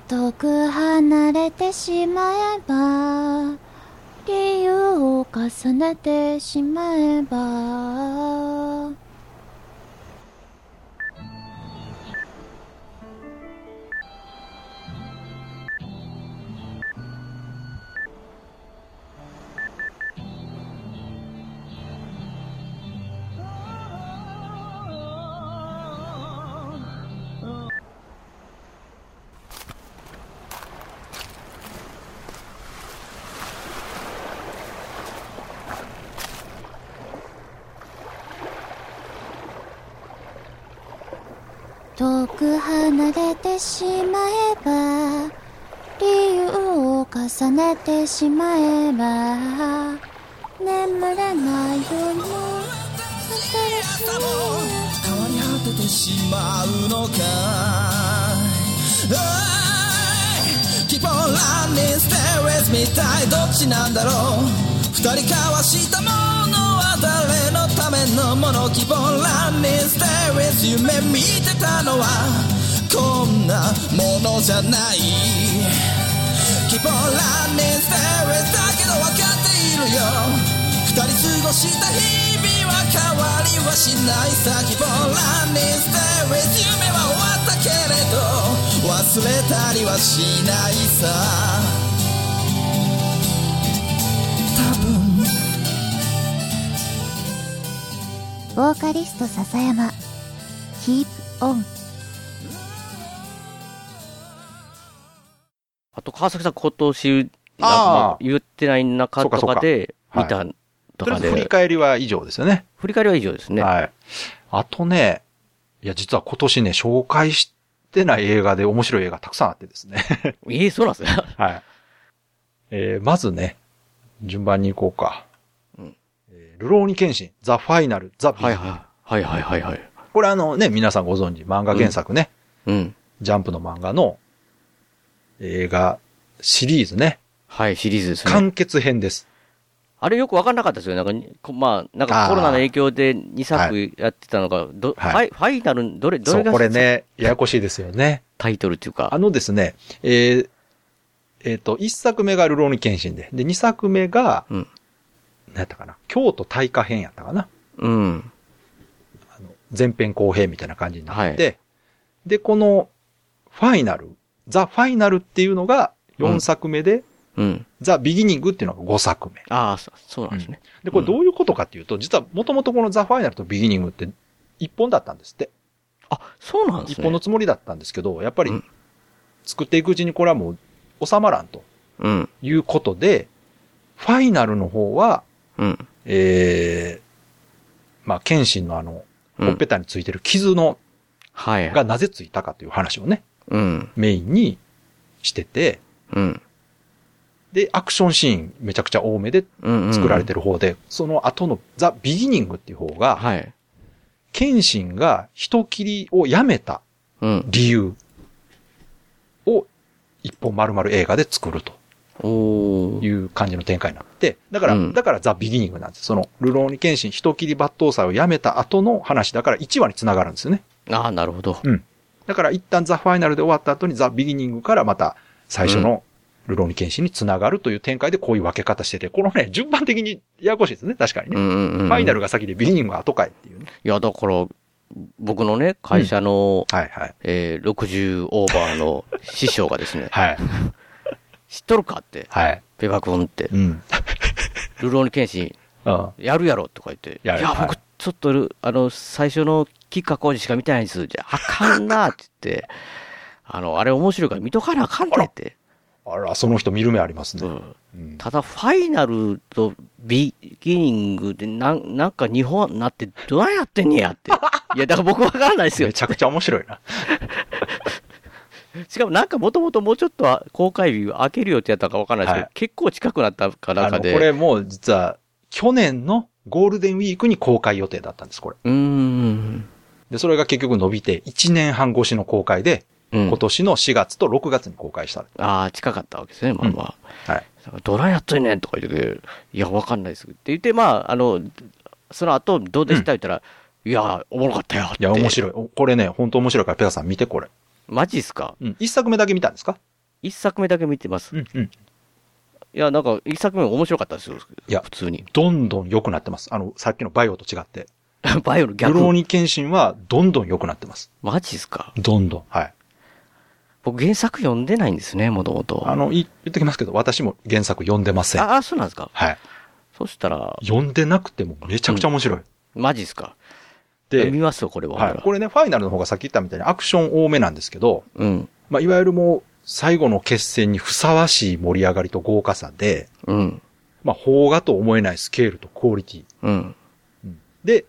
遠く離れてしまえば理由を重ねてしまえば遠く離れてしまえば理由を重ねてしまえば眠れない夜も新しい朝も変わり果ててしまうのかい Keep on running, stay with me 一体どっちなんだろう二人交わしたものは誰のためのもの Keep on running, stay with you 夢見てたのはこんなものじゃない Keep on running, stay with だけど分かっているよ二人過ごした日々は変わりはしないさ Keep on running, stay with 夢は終わったけれど忘れたりはしないさ多分ボーカリスト笹山キープオンと川崎さん今年、なんあかあ言ってない中そうとかそうかかで、はい見たととりあかえで、ず振り返りは以上ですよね。振り返りは以上ですね。はい。あとね、いや、実は今年ね、紹介してない映画で面白い映画たくさんあってです ね。ええそうなんですね。はい。えーまずね、順番に行こうか。うんえールローニケンシン、ザ・ファイナル、ザ・ビギはニいングはい。はいはいはいはい。これあのね、皆さんご存知、漫画原作ね、うん。ジャンプの漫画の映画シリーズね、はい、シリーズですね。完結編です。あれよくわかんなかったですよ。なんかに、こまあ、なんかコロナの影響で2作やってたのが、どはファいイファイナル、どれ、どそれう、がこれね、ややこしいですよね。タイトルっていうあか、のですね、えーえっ、と、一作目がルローニケンシンで、で、二作目が、うん何やったかな、京都大火編やったかな。うん。あの前編後編みたいな感じになって、で、この、ファイナル、ザ・ファイナルっていうのが4作目で、うん。ザ・ビギニングっていうのが5作目。ああ、そそうなんですね。で、これどういうことかっていうと、実はもともとこのザ・ファイナルとビギニングって一本だったんですって。あ、そうなんです一ね。本のつもりだったんですけど、やっぱりうん作っていくうちにこれはもう収まらんとうん。いうことで、ファイナルの方は、うん。えー、まあ、剣心のあの、うほっんぺたについてる傷の、はい。がなぜついたかという話をね、うん。メインにしてて、うん。で、アクションシーンめちゃくちゃ多めでうん。うん作られてる方で、その後のザ・ビギニングっていう方が、はい。謙信が人切りをやめたうん。理由を一本丸々映画で作るとおお。いう感じの展開になって、だから、うんだからザ・ビギニングなんです。その、ルローニ謙信人切り抜刀斎をやめた後の話だから1話に繋がるんですよね。ああ、なるほど。だから一旦ザ・ファイナルで終わった後にザ・ビギニングからまた最初のルローニケンシンにつながるという展開でこういう分け方してて、このね、順番的にややこしいですね、確かにうね。んうんうん。ファイナルが先でビギニングが後かいっていうね。いや、だから、僕のね、会社の、はいはい。えー、60オーバーの師匠が ですね、はい。知っとるかって、はい。ペガ君って、 うん。ルローニケンシうん。ン、やるやろとか言って、いややる、はい僕、ちょっとル、あの、最初のキッカ工事しか見てないんです。じゃあ、あかんなって言って、あの、あれ面白いから見とかなあかんねって。あら、その人見る目ありますうね。んうん。ただ、ファイナルとビギニングで、なん、なんか日本なって、どないやってんねや って。いや、だから僕わからないですよめ。ちゃくちゃ面白いな。しかもなんかもともともうちょっとは公開日開ける予定やったかわからないですけど、はい結構近くなったかあ中の、こで。れもう実は去年のゴールデンウィークに公開予定だったんです、これ。うーん。で、それが結局伸びて1年半越しの公開で、うん今年の4月と6月に公開した。ああ、近かったわけですね、まあまあ。はいだからどないやっとんねんとか言って、いや、わかんないです。って言って、まあ、あの、その後、どうでした言ったら、いや、おもろかったよって。いや、面白い。い。おこれね、本当面白いから、ペガさん見てこれ。マジっすかうん。一作目だけ見たんですか一作目だけ見てます。いん、うん。や、なんか、一作目面白かったですよ。いや普通に。 どんどん良くなってます。あの、さっきのバイオと違って。バイオのル逆。ローニケンシンは、どんどん良くなってます。マジっすかどんどん。はい。僕原作読んでないんですね、もともと。あの、い言っときますけど、私も原作読んでません。ああ、そうなんですか。はい。そしたら、読んでなくてもめちゃくちゃ面白い。マジっすか。見で、ますよ、これは。はい。これね、ファイナルの方がさっき言ったみたいにアクション多めなんですけど、うん。まあ、いわゆるもう、最後の決戦にふさわしい盛り上がりと豪華さで、うん。まあ、邦画と思えないスケールとクオリティ。うん。で、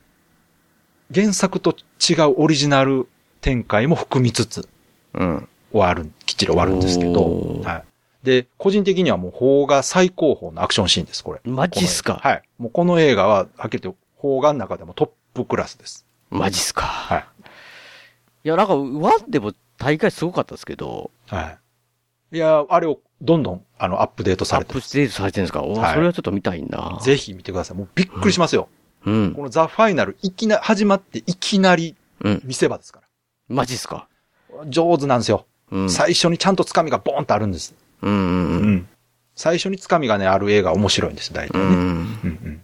原作と違うオリジナル展開も含みつつうん。終わる、きっちり終わるんですけどお、ーはい。で、個人的にはもう邦画最高峰のアクションシーンです、これ。マジっすかこのはい。もうこの映画は、はっきり言って邦画の中でもトップクラスです。。マジっすか。はいいや、なんか、ワンでも大会すごかったですけど、はい。いや、あれをどんどん、あの、アップデートアされッてプる。デートされてるんですかお、はいそれはちょっと見たいな。ぜひ見てください。もうびっくりしますよ。うんこ。のザ・ファイナル、いきな、始まっていきなりうん。見せ場ですか。マジっすから上手なんですよ。うん。最初にちゃんとつかみがボーンとあるんです。うんうんん。最初につかみがね、ある映画面白いんです、大体うん。うね。ん。うんうん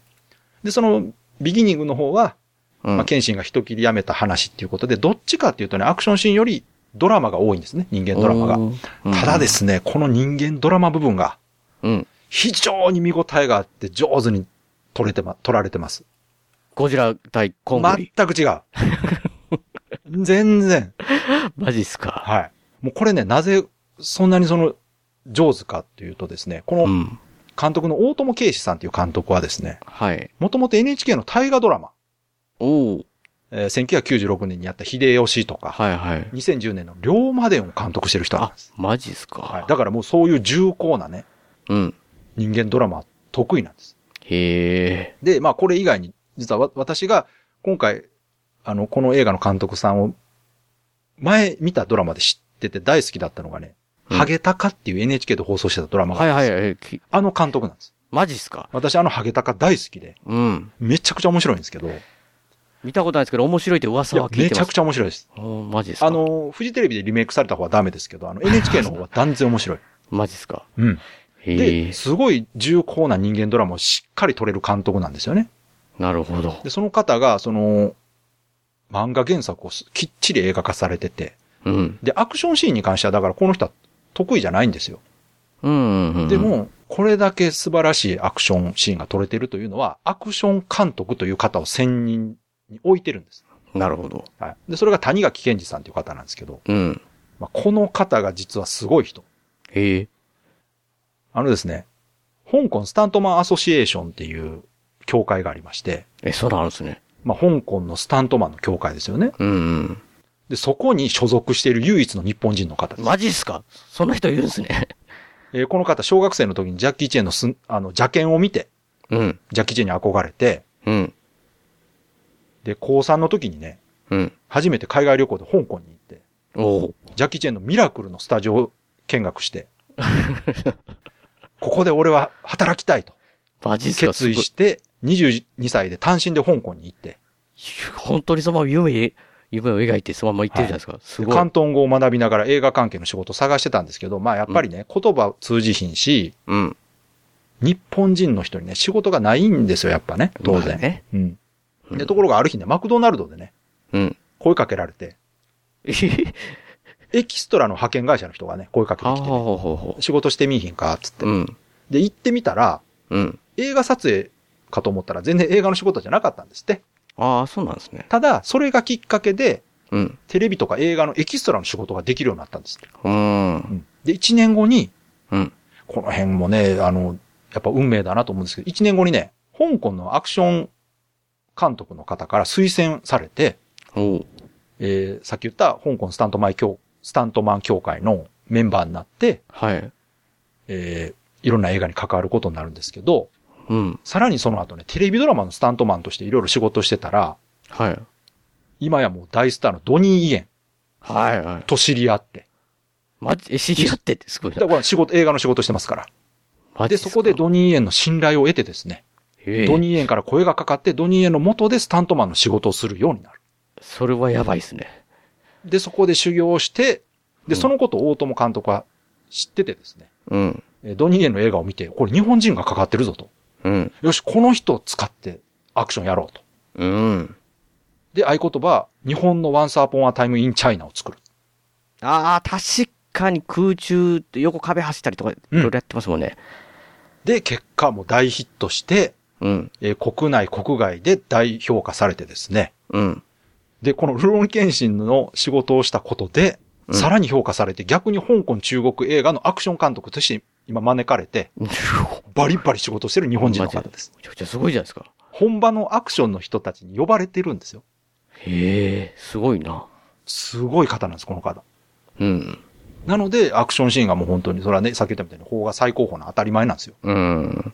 で、その、ビギニングの方は、うんまあ、謙信が人切りやめた話っていうことで、どっちかっていうとね、アクションシーンよりドラマが多いんですね、人間ドラマが。がただで。すね、この人間ドラマ部分が、うん。非常に見応えがあって、上手に撮れてま、撮られてます。ゴジラ対コングリ。全く違 う。全然。マジっすか。はい。もうこれね、なぜ、そんなにその、上手かっていうとですね、こうのん。監督の大友圭司さんっていう監督はですね、はい。もともと NHK の大河ドラマ、おおえー1996年にやった秀吉とか、はいはい。 2010年の龍馬伝を監督してる人なんあです。、マジっすか。はい。だからもうそういう重厚なね、うん。人間ドラマは得意なんです。へえ。で、まあこれ以外に、実はわ私が今回、あの、この映画の監督さんを前見たドラマで知ってて大好きだったのがね、うんハゲタカっていう NHK で放送してたドラマがあはいるんですはよいはい。きあの監督なんです。マジっすか。私あのハゲタカ大好きで、うん。めちゃくちゃ面白いんですけど、い見たことないですけど、面白いって噂やは、聞いめてちまゃすく。ちゃ面白いです。おーマジっすか。あ、の、フジテレビでリメイクされた方はダメですけど、あの NHK の方は断然面白い。マジっすか。うん。へで、え。すごい重厚な人間ドラマをしっかり撮れる監督なんですよね。なるほど。で、その方が、その、漫画原作をすきっちり映画化されてて、うん。で、アクションシーンに関しては、だからこの人は得意じゃないんですよ。うんうんうん。で、も、これだけ素晴らしいアクションシーンが撮れてるというのは、アクション監督という方を専任に置いてるんです。なるほど。はい。で、それが谷垣健二さんという方なんですけど、うん。まあ、この方が実はすごい人。へえ。あのですね、香港スタントマンアソシエーションっていう協会がありまして、え、そうなんですね。まあ、香港のスタントマンの協会ですよね。うんうん。で、そこに所属している唯一の日本人の方です。マジっすか。そんな人いるんですね。えーこの方、小学生の時にジャッキー・チェンのすん、あの、邪剣を見て、うん。ジャッキー・チェンに憧れて、うん。で、高3の時にね、うん。初めて海外旅行で香港に行って、おお。ジャッキー・チェンのミラクルのスタジオを見 学して、ここで俺は働きたいとマジっすか。決意して、22歳で単身で香港に行って、すごい本当にそのまま夢、夢を描いてそのまま行ってるじゃないですか。すでごい。広東語を学びながら映画関係の仕事を探してたんですけど、まあやっぱりね、言葉通じひんし、うん。日本人の人にね、仕事がないんですよ、やっぱね、当まあ然。ね。うん。うんで、ところがある日ね、マクドナルドでね、うん。声かけられて、エキストラの派遣会社の人がね、声かけ あてあ、きて、ほうほうほ仕事してみいひんか、つってう。う。ん。で、行ってみたら、うん。映画撮影かと思ったら全然映画の仕事じゃなかったんですって。ああ、そうなんですね。ただ、それがきっかけで、うん。テレビとか映画のエキストラの仕事ができるようになったんですって。うーん。で、1年後に、うん。この辺もね、あの、やっぱ運命だなと思うんですけど、1年後にね、香港のアクション監督の方から推薦されて、おう。えー、さっき言った香港スタントマイ協、スタントマン協会のメンバーになって、はい。えー、いろんな映画に関わることになるんですけど、うん。さらにその後ね、テレビドラマのスタントマンとしていろいろ仕事してたら、はい。今やもう大スターのドニー・イエンはいはい。と知り合って、マジ、え知り合ってってすごいだな。から仕事、映画の仕事してますから。マジで、っすかそこで、ドニー・イエンの信頼を得てですね、ええドニー・イエンから声がかかって、ドニー・イエンの元でスタントマンの仕事をするようになる。それはやばいですね。で、そこで修行をして、うで、んそのことを大友監督は知っててですね、うん。えードニー・イエンの映画を見て、これ日本人が関わってるぞと。うん。よし、この人を使ってアクションやろうと。うん。で、合言葉、日本のワンサーポンアタイムインチャイナを作る。ああ、確かに空中って横壁走ったりとか、いろいろやってますもんね。で、結果もう大ヒットして、うん。えー国内、国外で大評価されてですね。うん。で、このルロン検診の仕事をしたことで、うんさらに評価されて、逆に香港中国映画のアクション監督として今招かれて、めちバリバリ仕事してる日本人の方です。ゃくちゃすごいじゃないですか。本場のアクションの人たちに呼ばれてるんですよ。へえ、すごいな。すごい方なんです、この方。うん。なので、アクションシーンがもう本当に、それはね、さっき言ったみたいに法が最高峰の当たり前なんですよ。うん。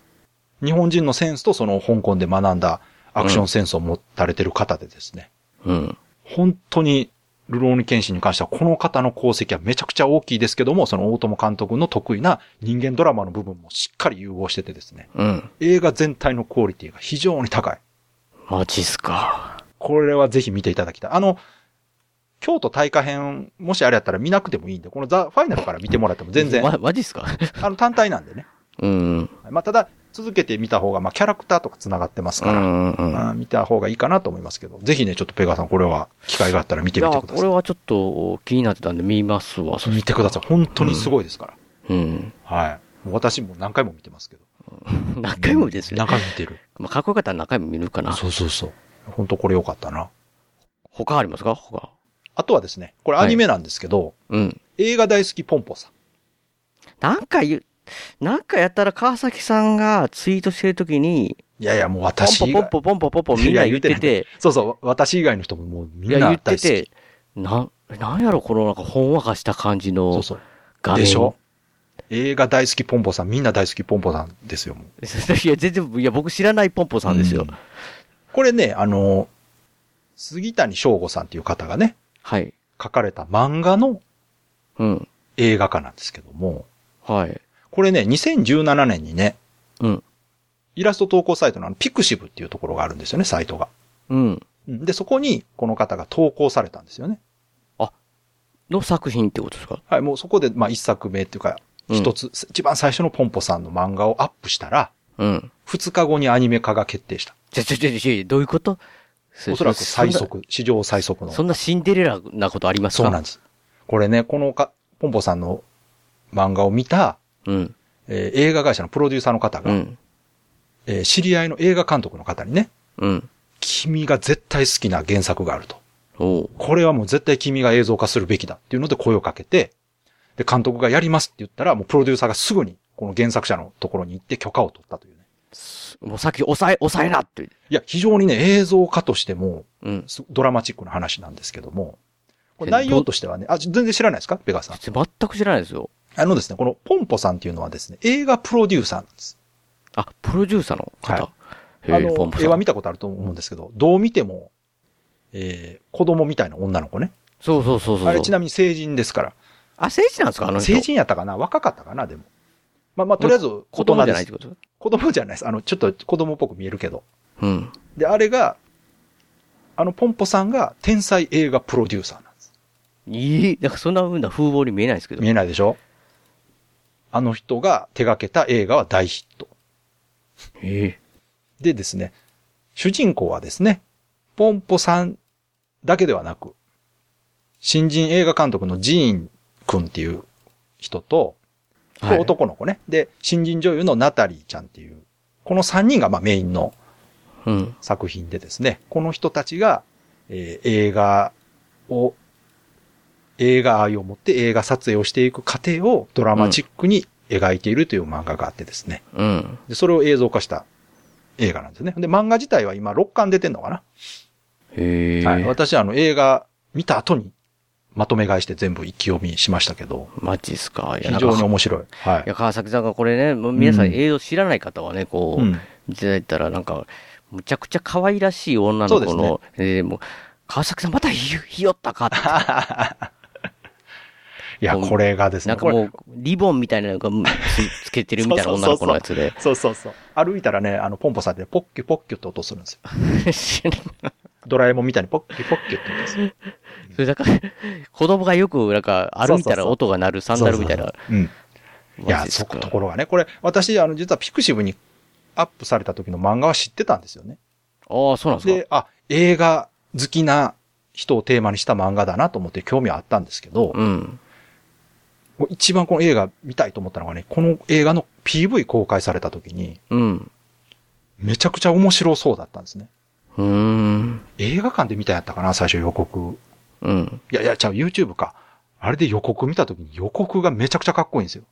日本人のセンスとその香港で学んだアクションセンスを持たれてる方でですね、うん。本当に、ルローニケンシンに関してはこの方の功績はめちゃくちゃ大きいですけども、その大友監督の得意な人間ドラマの部分もしっかり融合しててですね、うん。映画全体のクオリティが非常に高い。マジっすか。これはぜひ見ていただきたい。あの、京都大火編、もしあれやったら見なくてもいいんで、このザ・ファイナルから見てもらっても全然、 ま、マジっすか。あの単体なんでね。うん。まあ、ただ、続けて見た方が、まあ、キャラクターとか繋がってますうから、ん。うん。まあ、見た方がいいかなと思いますけど、ぜひね、ちょっとペガさん、これは、機会があったら見ていみや、てくだこれさはちょっと気になってたんで見ますわ、い。見てください。本当にすごいですから。い。うん。はい。もう私も何回も見てますけど。何回もですね。何回も見てる。まあ、かっこよかったら何回も見るかな。そうそうそう。本当これ良かったな。他ありますか他。あとはですね、これアニメなんですけど、うん。映画大好きポンポさん。なんか言う、なんかやったら川崎さんがツイートしてるときに、いやいや、もうポ私ン以ポ外ン。ポンポンポンポンポンみんな言ってて、そうそう、私以外の人ももういみんなや言って大好きて、なん、なんやろこのなんかほんわかした感じそうのそう。画面。でしょ映画大好きポンポさん、みんな大好きポンポさんですよ、もういや、全然、いや、僕知らないポンポさんですよ。うこれね、あの、杉谷翔吾さんっていう方がね、はい。書かれた漫画のうん。映画化なんですけども、はい。これね、2017年にね、うん。イラスト投稿サイトのあのピクシブっていうところがあるんですよね、サイトが。うん。うんで、そこにこの方が投稿されたんですよね。の作品ってことですかはい、もうそこで、まあ一作目っていうか、うん一つ、一番最初のポンポさんの漫画をアップしたら、うん。二日後にアニメ化が決定した。ちょちょちょちょ、どういうことおそらく最。速、史上最速そんのな。そんなシンデレラなことありますかそうなんです。これね、このか、ポンポさんの漫画を見た、うん。えー映画会社のプロデューサーの方うが、ん。えー知り合いの映画監督の方にね、うん。君が絶対好きな原作があると。おう。これはもう絶対君が映像化するべきだっていうので声をかけて、で、監督がやりますって言ったら、もうプロデューサーがすぐに、この原作者のところに行って許可を取ったというね。もうさっき抑え、抑えなって。いや、非常にね、映像化としても、うん。すドラマチックな話なんですけども、これ内容としてはね、あ、全然知らないですかペガさん。全く知らないですよ。あのですね、このポンポさんっていうのはですね、映画プロデューサーなんです。あ、プロデューサーの方。はへあえ、ポンのポ、絵さはん。見たことあると思うんですけど、どう見ても、えー、子供みたいな女の子ね。そうそうそうそう。あれちなみに成人ですから。あ、聖地なんですかあの人。成人やったかな若かったかなでも。まあまあ、とりあえず、子供じゃでないって。すこと子供じゃないです。あの、ちょっと子供っぽく見えるけど。うん。で、あれが、あの、ポンポさんが天才映画プロデューサーなんです。いい。なんかそんな風な風貌に見えないですけど見。えないでしょあの人が手掛けた映画は大ヒット。ええ。でですね、主人公はですね、ポンポさんだけではなく、新人映画監督のジーン君っていう人と、これ男の子ね、で、新人女優のナタリーちゃんっていう、この3人がまあメインのうん。作品でですね、この人たちが、えー映画を、映画愛を持って映画撮影をしていく過程をドラマチックに描いているという漫画があってですね。うん。で、それを映像化した映画なんですね。で、漫画自体は今6巻出てんのかな、へえ。はい、私あの映画見た後にまとめ買いして全部一気読みしましたけど、マジっすか。いや非常になんか面白い。はいや、川崎さんがこれね、もう皆さうんん映像知らない方はね、こうう、ん。いただいたら、なんか、むちゃくちゃ可愛らしい女の子そうでの、えーもう、川崎さんまたひよひよったかって。いや、これがですなね、んかこもれう、リボンみたいなのがつつけてるみたいな女の子のやつで。そうそうそう。歩いたらね、あの、ポンポさんってポッキュポッキュって音するんですよ。ドラえもんみたいにポッキュポッキュって言うんですよ。 それだから、子供がよく、なんか、歩いたら音が鳴るサンダルみたいな。うん。いマや、ジっすそかこ、ところがね、これ、私、あの、実はピクシブにアップされた時の漫画は知ってたんですよね。ああ、そうなんですで、あ、映画好きな人をテーマにした漫画だなと思って興味はあったんですけどか。、うん。もう一番この映画見たいと思ったのがね、この映画の PV 公開された時に、うん。めちゃくちゃ面白そうだったんですね。うーん。映画館で見たんやったかな、最初予告。うん。いやいや、違う、YouTube か。あれで予告見た時に予告がめちゃくちゃかっこいいんですよ。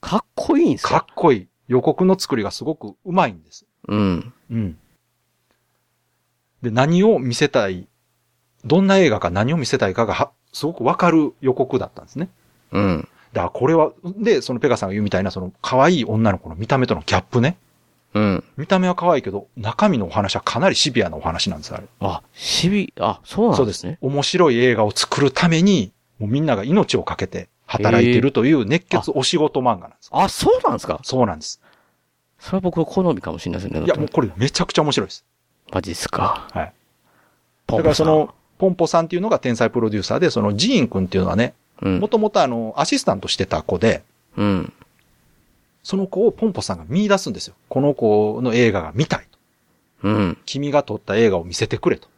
かっこいいんですかっよ。こいい。予告の作りがすごくうまいんです。うん。うん。で、何を見せたい、どんな映画か何を見せたいかがは、すごくわかる予告だったんですね。うん。だからこれは、で、そのペガさんが言うみたいな、その可愛い女の子の見た目とのギャップね。うん。見た目は可愛いけど、中身のお話はかなりシビアなお話なんです、あれ。あ、しび、あ、そうなそうんでですすねね。。面白い映画を作るために、もうみんなが命をかけて働いてるという熱血お仕事漫画なんです。あ、そうなんですかそうなんです。それは僕の好みかもしれないですね。いや、もうこれめちゃくちゃ面白いです。マジっすか。はい。ポンポだかンらその、ポンポさんっていうのが天才プロデューサーで、そのジーン君っていうのはね、うんも。ともとあの、アシスタントしてた子で、うん。その子をポンポさんが見出すんですよ。この子の映画が見たいと。うん。君が撮った映画を見せてくれと。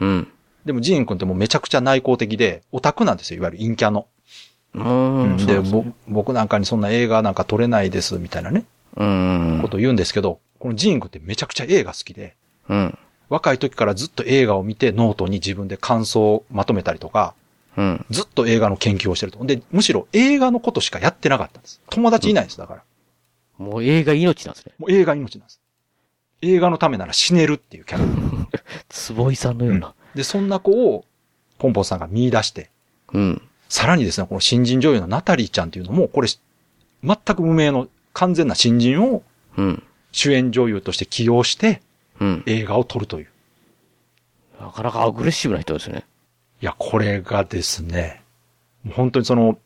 うん。でもジーン君ってもうめちゃくちゃ内向的で、オタクなんですよ。いわゆる陰キャの。うん。そうでですねぼ僕なんかにそんな映画なんか撮れないです、みたいなね、うん。ことを言うんですけど、このジーン君ってめちゃくちゃ映画好きで、うん。若い時からずっと映画を見てノートに自分で感想をまとめたりとか、うん。ずっと映画の研究をしてると。で、むしろ映画のことしかやってなかったんです。友達いないんです、だから。もう映画命なんですね。もう映画命なんです。映画のためなら死ねるっていうキャラ。坪井さんのような。で、そんな子を、ポンポンさんが見出して、うん。さらにですね、この新人女優のナタリーちゃんっていうのも、これ、全く無名の完全な新人をうん。主演女優として起用してうん。映画を撮るという。なかなかアグレッシブな人ですね。いや、これがですね、もう本当にその、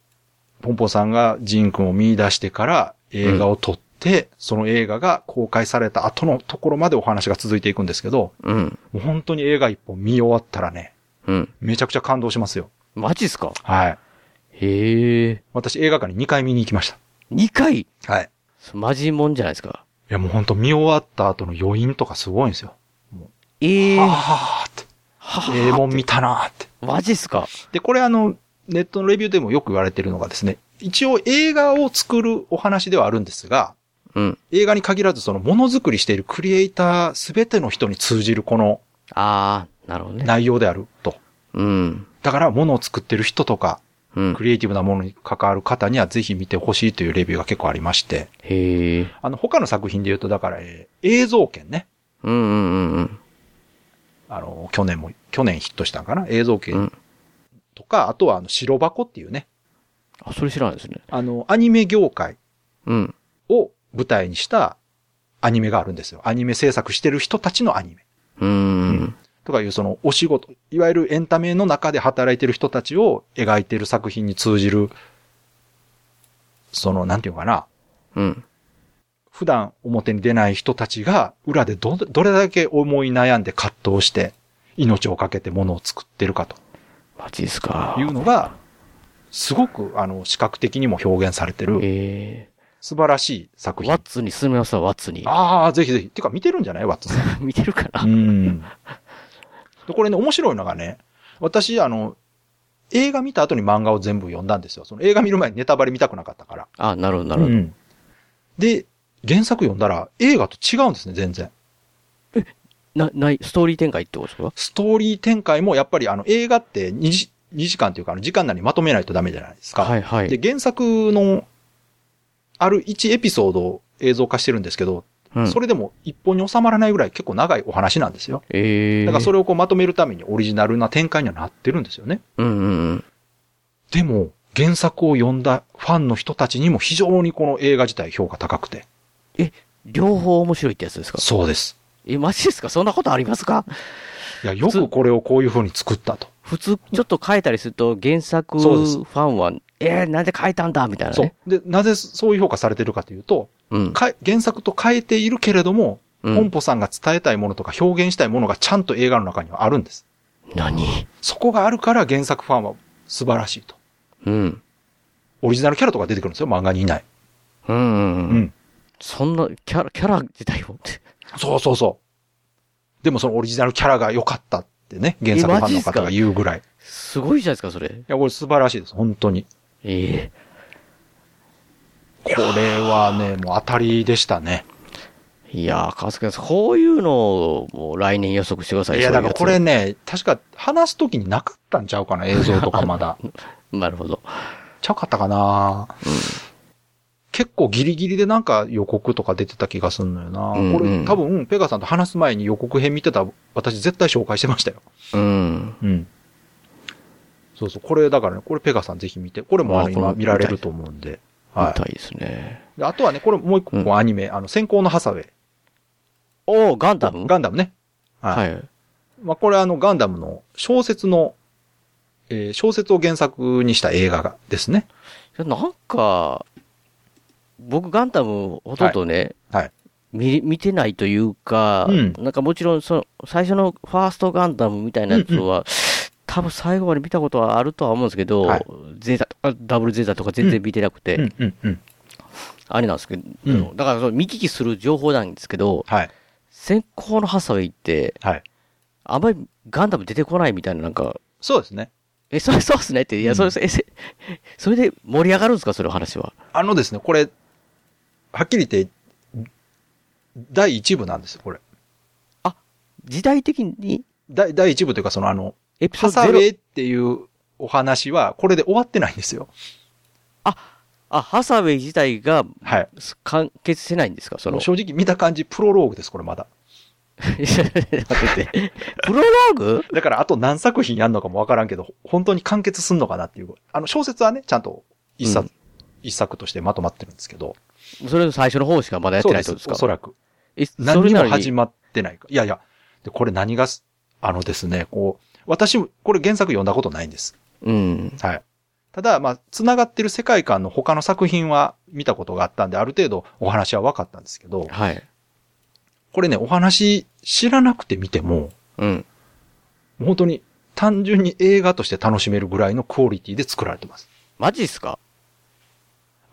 ポンポンさんがジン君を見出してから映画を撮って、その映画が公開された後のところまでお話が続いていくんですけど、うん。もう本当に映画一本見終わったらね、うん。めちゃくちゃ感動しますよ。マジっすかはい。へえ。私映画館に2回見に行きまし2回た。はい。マジもんじゃないですか。いや、もう本当見終わった後の余韻とかすごいんですよ。ええ。はーって。はええもん見たなーって。マジっすかで、これあの、ネットのレビューでもよく言われてるのがですね、一応映画を作るお話ではあるんですが、うん。映画に限らずそのものづくりしているクリエイターすべての人に通じるこのああ、なるほどね。内容であると。うん。だからものを作ってる人とか、うんク。リエイティブなものに関わる方にはぜひ見てほしいというレビューが結構ありまして、へえ。あの他の作品で言うとだから、えー映像権ね。うんうんうんうん。あの、去年も、去年ヒットしたんかな映像う権ん。とか、あとはあの白箱っていうね、あ、それ知らないですね。あの、アニメ業界うん。を舞台にしたアニメがあるんですよ。アニメ制作してる人たちのアニメ。うーん。とかいうそのお仕事、いわゆるエンタメの中で働いてる人たちを描いてる作品に通じる、その、なんていうのかな、うん。普段表に出ない人たちが裏でど、どれだけ思い悩んで葛藤して命を懸けてものを作ってるかとマジっすか。いうのが、すごく、あの、視覚的にも表現されてる、え素晴らしい作え。品ワッ。ツに進めますわ、ワッツに。ああ、ぜひぜひ。てか見てるんじゃないワッツさ ん。見てるかなうん。でこれね、面白いのがね、私、あの、映画見た後に漫画を全部読んだんですよ。その映画見る前にネタバレ見たくなかったから。あ、なるほど、なるほど。うんで、原作読んだら映画と違うんですね、全然。な、ない、ストーリー展開ってことですかストーリー展開もやっぱりあの映画って2時 ,2 時間というかあの時間内にまとめないとダメじゃないですか。はいはい。で、原作のある1エピソードを映像化してるんですけど、うん、それでも一本に収まらないぐらい結構長いお話なんですよ。ええ。だからそれ、れをこうまとめるためにオリジナルな展開にはなってるんですよね。うんうんうん。でも、原作を読んだファンの人たちにも非常にこの映画自体評価高くて。両方面白いってやつですかそうです。え、マジですかそんなことありますかいや、よくこれをこういう風に作ったと。普通、ちょっと変えたりすると、原作そうフですァンは、えー、なんで変えたんだみたいなそうね。。で、なぜそういう評価されてるかというと、うん。か原作と変えているけれども、うんポンポさんが伝えたいものとか表現したいものがちゃんと映画の中にはあるんです。何そこがあるから原作ファンは素晴らしいと。うん。オリジナルキャラとか出てくるんですよ、漫画にいない。うんうんううんん。そんな、キャラ、キャラ自体を。 そうそうそう。でもそのオリジナルキャラが良かったってね、原作ファンの方が言うぐらい。いすごいじゃないですか、それ。や、これ素晴らしいです、本当に。ええこれはね、もう当たりでしたね。いやー、川崎さん、こういうのをもう来年予測してください。いや、そうだうからこれね、確か話すときになかったんちゃ うかな、映像とかまだ。つ。なるほど。ちゃうかったかな、結構ギリギリでなんか予告とか出てた気がすんのよな。うんうんこれ多分、ペガさんと話す前に予告編見てた私絶対紹介してましたよ。うん。うん。そうそう、これだからね、これペガさんぜひ見て、これもああのこ今れ見られると思うんで。見はたいですね。い。であとはね、これもう一個うんこうアニメ、あの、先行のハサウェイ。おー、ガンダムガンダムね。はい。まあ、これあの、ガンダムの小説の、えー小説を原作にした映画がですね。なんか、僕、ガンダム、ほとんどね、はいはい見見てないというか、うんなんかもちろんその、最初のファーストガンダムみたいなやつは、うん多分最後まで見たことはあるとは思うんですけど、はいゼータとかダブルゼータとか全然見てなくて、うんうんうん。あれなんですけど、うんだからその見聞きする情報なんですけど、はい。先行のハサウェイって、はい。あんまりガンダム出てこないみたいな、なんか、そうですね。え、それそうっすねって、いや、それ、うんえせそれで盛り上がるんですか、それお話は。あのですね、これ、はっきり言って、第一部なんですよ、これ。時代的に第、第一部というか、そのあの、エピソハードサウゼロェイっていうお話は、これで終わってないんですよ。あ、ハサウェイ自体がはい。す完結してないんですかその。正直見た感じ、プロローグです、これまだ。いや 待ってて。プロローグだから、あと何作品やんのかもわからんけど、本当に完結すんのかなっていう。あの、小説はね、ちゃんとう一冊、一作としてまとまってるんですけど。それの最初の方しかまだやってないってことですかおそらく。えそ何にれなもの始にまってないか。いやいや。で、これ何がす、あのですね、こう、私も、これ原作読んだことないんです。うん。はい。ただ、まあ、繋がってる世界観の他の作品は見たことがあったんで、ある程度お話は分かったんですけど、はい。これね、お話知らなくて見ても、うん。もう本当に単純に映画として楽しめるぐらいのクオリティで作られてます。マジっすか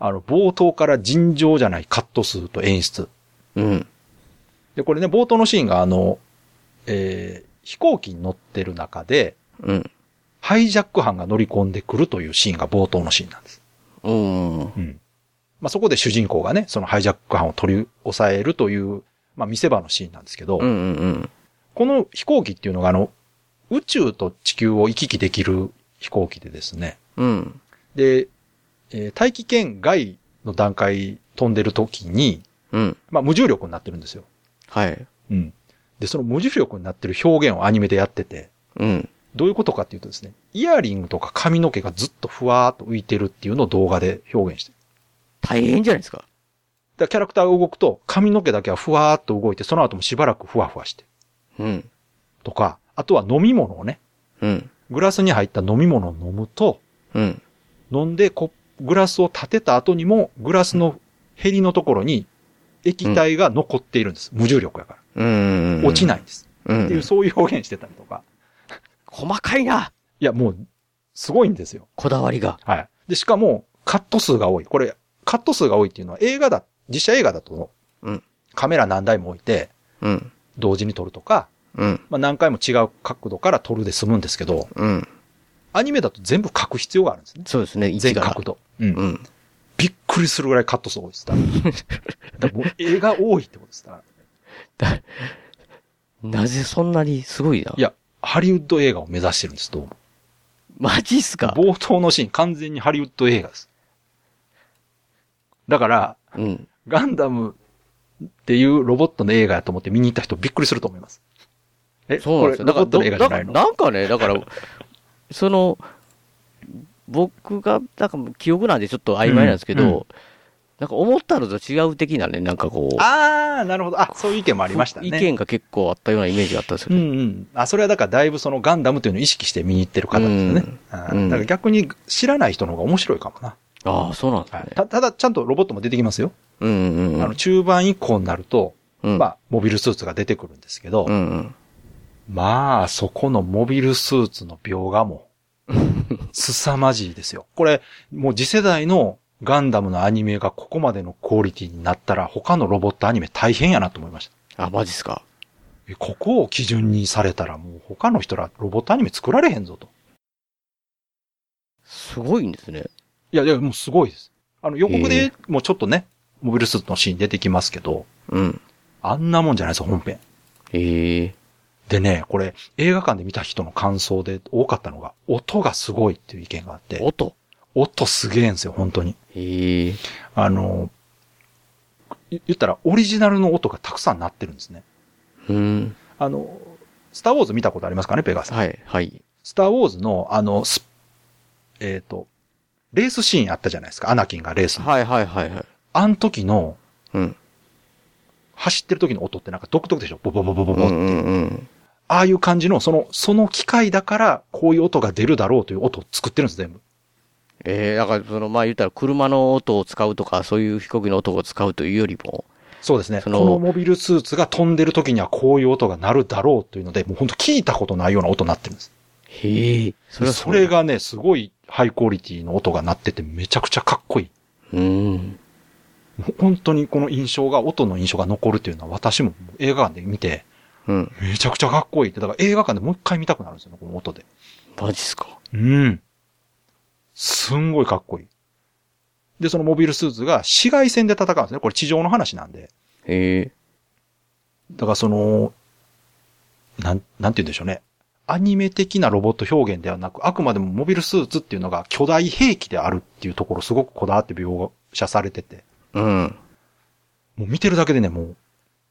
あの、冒頭から尋常じゃないカット数と演出。うん。で、これね、冒頭のシーンがあの、えー、飛行機に乗ってる中で、うん。ハイジャック犯が乗り込んでくるというシーンが冒頭のシーンなんです。うん。うん。まあ、そこで主人公がね、そのハイジャック犯を取り押さえるという、まあ、見せ場のシーンなんですけど、うんうんうん。この飛行機っていうのがあの、宇宙と地球を行き来できる飛行機でですね、うん。で、えー大気圏外の段階飛んでる時に、うん。まあ、無重力になってるんですよ。はい。うん。で、その無重力になってる表現をアニメでやってて、うん。どういうことかっていうとですね、イヤリングとか髪の毛がずっとふわーっと浮いてるっていうのを動画で表現してる大変じゃないですか。だからキャラクターが動くと、髪の毛だけはふわーっと動いて、その後もしばらくふわふわして。うん。とか、あとは飲み物をね、うん。グラスに入った飲み物を飲むと、うん。飲んでコグラスを立てた後にも、グラスのヘりのところに液体が残っているんです。無重力やかうん。ら。落ちない。ないんです。うん。っていう、そういう表現してたりとか。細かいな、いや、もう、すごいんですよ。こだわりが。はい。で、しかも、カット数が多い。これ、カット数が多いっていうのは映画だ、実写映画だと、うんカメラ何台も置いて、うん。同時に撮るとか、うん。まあ、何回も違う角度から撮るで済むんですけど、うん。アニメだと全部書く必要があるんですね。そうですね、一全から角。度。うんうん。びっくりするぐらいカット数多いです。だからだからもう絵が多いってことです。だからなぜそんなにすごいないや、ハリウッド映画を目指してるんです、どうも。マジっすか冒頭のシーン、完全にハリウッド映画です。だから、うん。ガンダムっていうロボットの映画やと思って見に行った人びっくりすると思います。え、そうなんですよ。だこれロから、ボットの映画じだゃなからいのなんかね、だから、その、僕が、なんか記憶なんでちょっと曖昧なんですけど、うんうんなんか思ったのと違う的なね、なんかこう、あー、なるほど。あ、そういう意見もありましたね。意見が結構あったようなイメージがあったんですうよんね。うん。あ、それはだからだいぶそのガンダムというのを意識して見に行ってる方ですよね。あうんーだから逆に知らない人の方が面白いかもな。ああ、そうなんですね。たただ、ちゃんとロボットも出てきますよ。うんうんうん。あの、中盤以降になると、うん、まあ、モビルスーツが出てくるんですけど、うんうん。まあ、そこのモビルスーツの描画も、凄まじいですよ。これ、もう次世代のガンダムのアニメがここまでのクオリティになったら、他のロボットアニメ大変やなと思いました。あ、マジっすか。えここを基準にされたら、もう他の人らロボットアニメ作られへんぞと。すごいんですね。いやいや、もうすごいです。あの、予告でもうちょっとね、モビルスーツのシーン出てきますけど、うん。あんなもんじゃないですよ、本編。へえ。でね、これ映画館で見た人の感想で多かったのが、音がすごいっていう意見があって、音。音すげえんですよ、本当に。へえ。あの、い言ったらオリジナルの音がたくさんなってるんですね。うん。あの、スターウォーズ見たことありますかね、ペガさん。はい、はい。スターウォーズの、あの、スえっ、と、レースシーンあったじゃないですか、アナキンがレースの。はい、はい、はい、はい。あの時の、うん。走ってる時の音ってなんか独特でしょボボボボボうボ。ん、うん、うん。ああいう感じの、その、その機械だから、こういう音が出るだろうという音を作ってるんです、全部。ええだから、その、まあ言ったら、車の音を使うとか、そういう飛行機の音を使うというよりも、そうですね。そこののモビルスーツが飛んでる時にはこういう音が鳴るだろうというので、もう本当聞いたことないような音になってるんです。へえ。そそれれはそうだがね、すごいハイクオリティの音が鳴っててめちゃくちゃかっこいい。うん。もう本当にこの印象が、音の印象が残るというのは私も映画館で見て、うん。めちゃくちゃかっこいいって、だから映画館でもう一回見たくなるんですよね、この音で。マジっすか。うん。すんごいかっこいい。で、そのモビルスーツが紫外線で戦うんですね。これ地上の話なんで。へえ。だからその、なん、なんて言うんでしょうね。アニメ的なロボット表現ではなく、あくまでもモビルスーツっていうのが巨大兵器であるっていうところすごくこだわって描写されてて、うん。もう見てるだけでね、もう、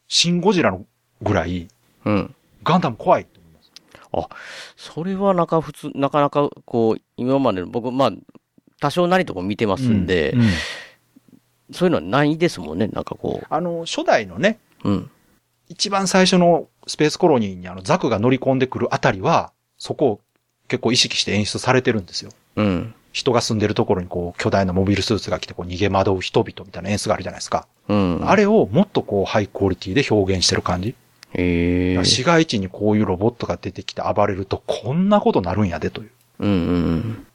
シンゴジラのぐらい、うん。ガンダム怖いって思います。それはなんか普通、なかなかこう、今までの僕、まあ、多少なりとも見てますんで、うんそういうのはないですもんね、なんかこあの、初代のね、う。うん。一番最初のスペースコロニーにあのザクが乗り込んでくるあたりは、そこを結構意識して演出されてるんですよ。うん。人が住んでるところにこう巨大なモビルスーツが来てこう逃げ惑う人々みたいな演出があるじゃないですか。うん。あれれをもっとこうハイクオリティで表現してる感じ。へえ。市街地にこういうロボットが出てきて暴れるとこんなことなるんやでといううんうん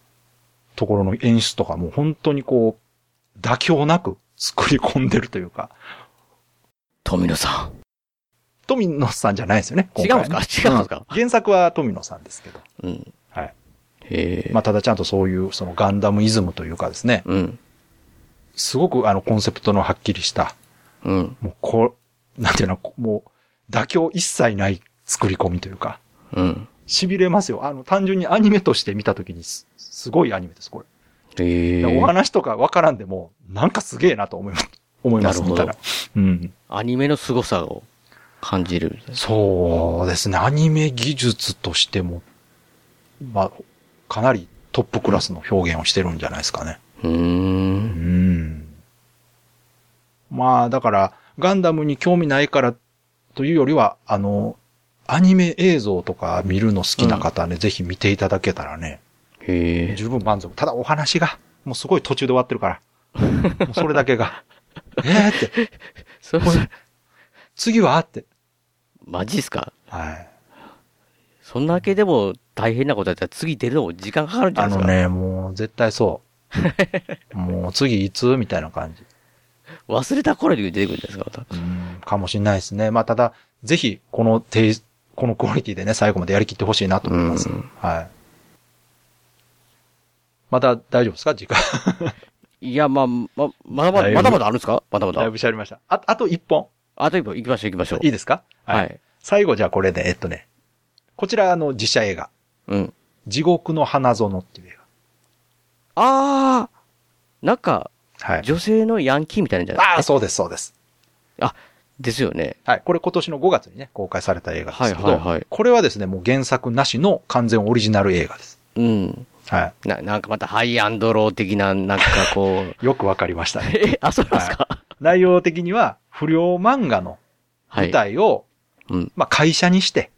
ところの演出とかもう本当にこう妥協なく作り込んでるとい うか、富野さ富野さんじゃないですよね。ん。違今うん回でねすか違うんですか原作は富野さんですけど。うん。はい。へえ。まあ、ただちゃんとそういう、そのガンダムイズムというかですね、うん。すごくあの、コンセプトのはっきりした、うん。もう、こう、なんていうの、こもう、妥協一切ない作り込みというか、うん。痺れますよ。あの、単純にアニメとして見たときにす、すごいアニメです、こへれ。おえ。話とかわからんでも、なんかすげえなと思います。思います、なるほ見どたら。うん。アニメの凄さを感じる。そうですね、アニメ技術としても、まあ、かなりトップクラスの表現をしてるんじゃないですかね。うーん。うんまあ、だから、ガンダムに興味ないからというよりは、あの、アニメ映像とか見るの好きな方ね、ぜひ見ていただけたらね、へえ。十分満足。ただお話が、もうすごい途中で終わって るから。もうそれだけが。えーって、それこれ次はって。マジっすかはい。そんだけでも大変なことやったら次出るのも時間かかるんじゃあないですのか、ね、もう絶 対そう。もう次いつみたいな感じ。忘れた頃に出てくるんじゃないですかまたうんかもしれないですね。まあ、ただ、ぜひ、このテイスこのクオリティでね、最後までやりきってほしいなと思います。うんはい。また大丈夫ですか時間。いや、まあ、ま、まだまだいだ、まぶだまだあるんですかまだまだいだ。ぶしゃべりました。あ、あと一本。あと一歩行きましょう行きましょう。いいですかはい、最後じゃあこれで、えっとね。こちら、あの、実写映画。うん。地獄の花園っていう映あー、なんか、画。はい。女性のヤンキーみたいなんじゃないああ、そうです、そうです。ですよね。はい。これ今年の5月にね、公開された映画ですけど、はいはいはいこれはですね、もう原作なしの完全オリジナル映画です。うん。はな、なんかまたハイアンドロー的な、なんかこ う。い。よくわかりまし たね。え、あ、そうですか内容的には、不良漫画のは舞い。台を、うん。まあ、会社にして、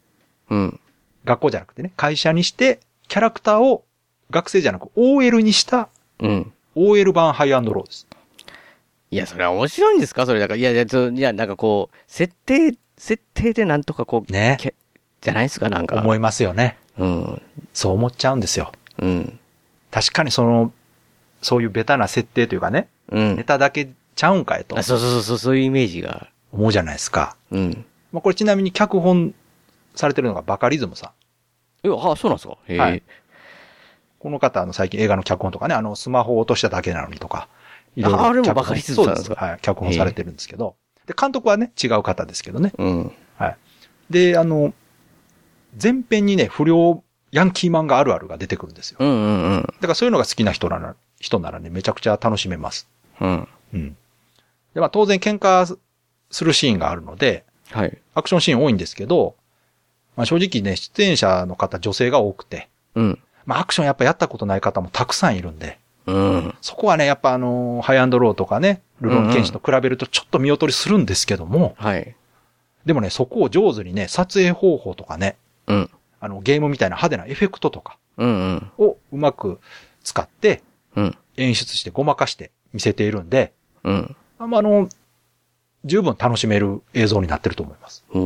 うん。学校じゃなくてね、会社にして、キャラクターを学生じゃなく OL にしたうん。 OL 版ハイアンドローです。いや、それは面白いんですかそれ、だから、いや、いや、ちょいや、なんかこう、設定、設定でなんとかこう、ね。けじゃないですかなんか。思いますよね。うん。そう思っちゃうんですよ。うん。確かにその、そういうベタな設定というかね、うネん。タだけちゃうんかいとあそうそうそうそう、そういうイメージが。思うじゃないですか。うん。まあ、これちなみに脚本されてるのがバカリズムさん。え、あ、そうなんですかへえ、はいこの方、あの、最近映画の脚本とかね、あの、スマホを落としただけなのにとか、いろいろああれも脚本バカリズムさんなんですかそうはい、脚本されてるんですけど。で、監督はね、違う方ですけどね。うん。で、あの、前編にね、不良ヤンキー漫画あるあるが出てくるんですよ。うんうんうん。だからそういうのが好きな人なら、人ならね、めちゃくちゃ楽しめます。うん。うん。で、まあ当然喧嘩するシーンがあるので、はい。アクションシーン多いんですけど、まあ正直ね、出演者の方女性が多くて、うん。まあアクションやっぱやったことない方もたくさんいるんで、うん。そこはね、やっぱあのーハイアンドローとかね、ルロンケンシと比べるとちょっと見劣りするんですけども、はい。でもね、そこを上手にね、撮影方法とかね、うん。あの、ゲームみたいな派手なエフェクトとかうんうん。をうまく使ってうん。演出してごまかして見せているんで、うん。あまあの、十分楽しめる映像になってると思います。うー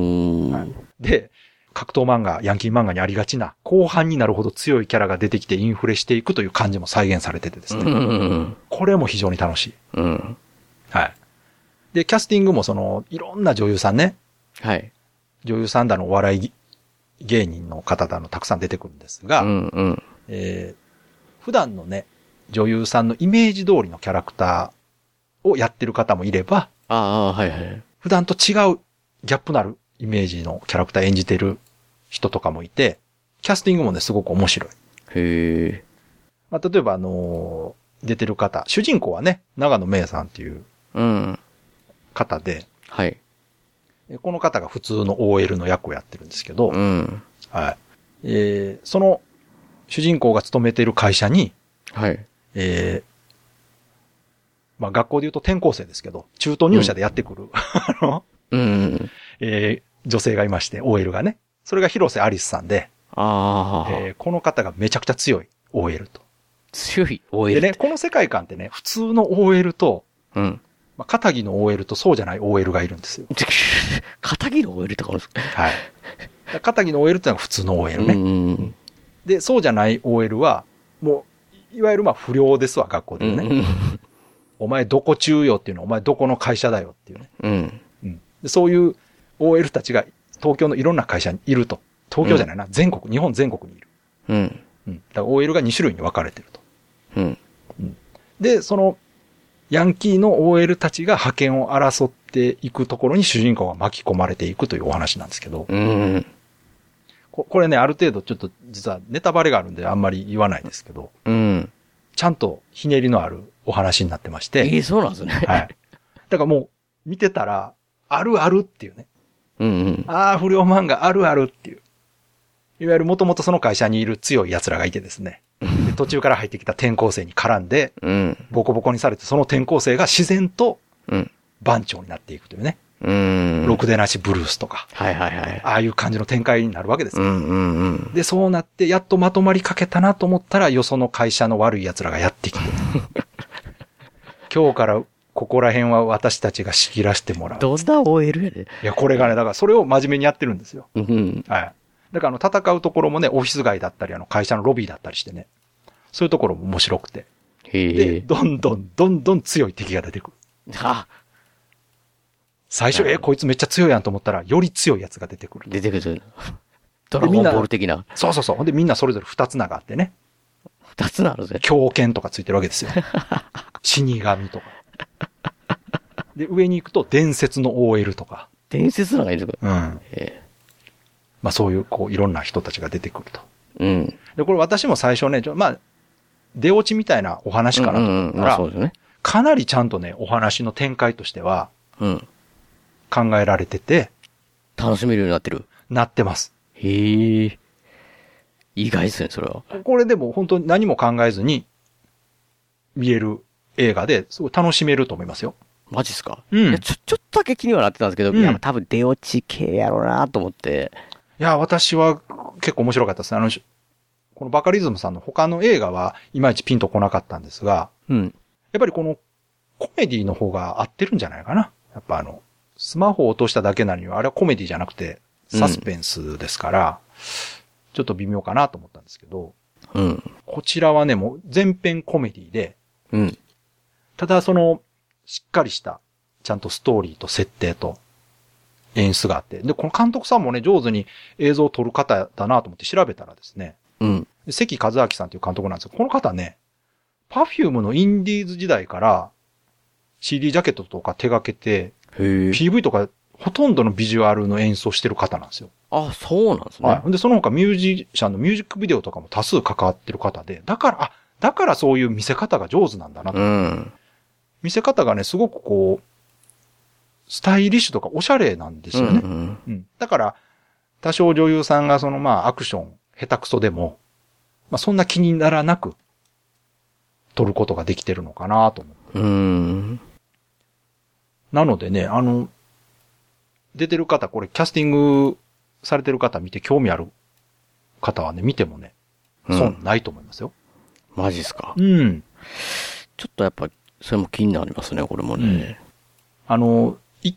ん。はいで、格闘漫画、ヤンキー漫画にありがちな、後半になるほど強いキャラが出てきてインフレしていくという感じも再現されててですうね。んうんこれも非常に楽しい。うん。うん。はい。で、キャスティングもその、いろんな女優さんね、はい。女優さんだの、お笑い芸人の方だの、たくさん出てくるんですうが、んうん。えー普段のね、女優さんのイメージ通りのキャラクターをやってる方もいれば、ああ、はいはい。普段と違うギャップのあるイメージのキャラクター演じてる人とかもいて、キャスティングもね、すごく面白い。へえ。まあ、例えば、あのー出てる方、主人公はね、長野芽郁さんっていううん。方で、はい。でこの方が普通の OL の役をやってるんですけど、うん。はい。えーその主人公が勤めている会社に、はい。えーまあ学校で言うと転校生ですけど、中途入社でやってくる、 あの、うん。えー女性がいまして、OL がね。それが広瀬アリスさんで、ああ、えーこの方がめちゃくちゃ強い OL と。強いで OL。ね、この世界観ってね、普通の OL と、うん。 まあ、片木の OL とそうじゃない OL がいるんですよ。片桐 OL とかあるんですかはい。だから片木の OL ってのは普通の OL ね。うん。で、そうじゃない OL は、もう、いわゆるまあ不良ですわ、学校うでね。ん。お前どこ中よっていうの、お前どこの会社だよっていうね。うん。うん、でそういう OL たちが東京のいろんな会社にいると。東京じゃないな、全国、日本全国にいる。うん。うん。だから OL が2種類に分かれてると。うん。で、その、ヤンキーの OL たちが派遣を争っていくところに主人公が巻き込まれていくというお話なんですけど、うん。ここれね、ある程度ちょっと実はネタバレがあるんであんまり言わないですけど、うん。ちゃんとひねりのあるお話になってましえて、ー、そうなんですね。はい。だからもう、見てたら、あるあるっていうね。 うんうん。ああ、不良漫画あるあるっていう。いわゆるもともとその会社にいる強い奴らがいてですね。で途中から入ってきた転校生に絡んで、うん。ボコボコにされて、その転校生が自然とうん。番長になっていくというね。うん。ろくでなしブルースとか、はいはいはい。ああいう感じの展開になるわけですうよ。んうんうん。で、そうなって、やっとまとまりかけたなと思ったら、よその会社の悪い奴らがやってきて。 今日からここら辺は私たちが仕切らせてもらう。どんな OL やで。いや、これがね、だからそれを真面目にやってるんですよ。うん。はい。だからあの、戦うところもね、オフィス街だったり、あの、会社のロビーだったりしてね。そういうところも面白くて。へで、え。どんどん、どんどん強い敵が出てくる。あ、最な初、るえ、ほどこいつめっちゃ強いやんと思ったら、より強いやつが出てくる。出てくる。ドラゴンボール的な。そうそうそう。ほんで、みんなそれぞれ二つ名があってね。二つなのぜ。狂犬とかついてるわ けですよ。死神とか。で、上に行くと、伝説の OL とか。伝説なのがいいんですかうん。えまあ、そういう、こう、いろんな人たちが出てくると。えうん。で、これ私も最初ね、ちょまあ、出落ちみたいなお話かなとうん思うっんうたん。ら、まあそうですね。かなりちゃんとね、お話の展開としてはうん。考えられてて、楽しめるようになってる。なってます。へえ。意外ですね、それは。これでも本当に何も考えずに見える映画ですごい楽しめると思いますよ。マジっすかうんいやちょ、ちょっとだけ気にはなってたんですけど、うんいや、多分出落ち系やろうなと思って。いや、私は結構面白かったですね。あの、しこのバカリズムさんの他の映画はいまいちピンとこなかったんですが、うん。やっぱりこのコメディの方が合ってるんじゃないかな。やっぱあの、スマホを落としただけなのに、あれはコメディじゃなくてサスペンスですから、ちょっと微妙かなと思ったんですけど、うん。こちらはね、もう全編コメディで、うん。ただその、しっかりした、ちゃんとストーリーと設定と演出があって、で、この監督さんもね、上手に映像を撮る方だなと思って調べたらですね、うん。関和明さんという監督なんですけど、この方ね、パフュームのインディーズ時代から CD ジャケットとか手掛けて、へえ。 PV とかほとんどのビジュアルの演奏してる方なんですよ。あ、そうなんですね。はい。で、その他ミュージシャンのミュージックビデオとかも多数関わってる方で、だから、あ、だからそういう見せ方が上手なんだなと。うん。見せ方がね、すごくこう、スタイリッシュとかおしゃれなんですよね。うんうんうんだから、多少女優さんがそのまあアクション下手くそでも、まあそんな気にならなく、撮ることができてるのかなと思う。うん。なのでね、あの、出てる方、これキャスティングされてる方見て興味ある方はね、見てもね、うん損ないと思いますよ。マジっすか。うん。ちょっとやっぱ、それも気になりますね、これもね。あの、い、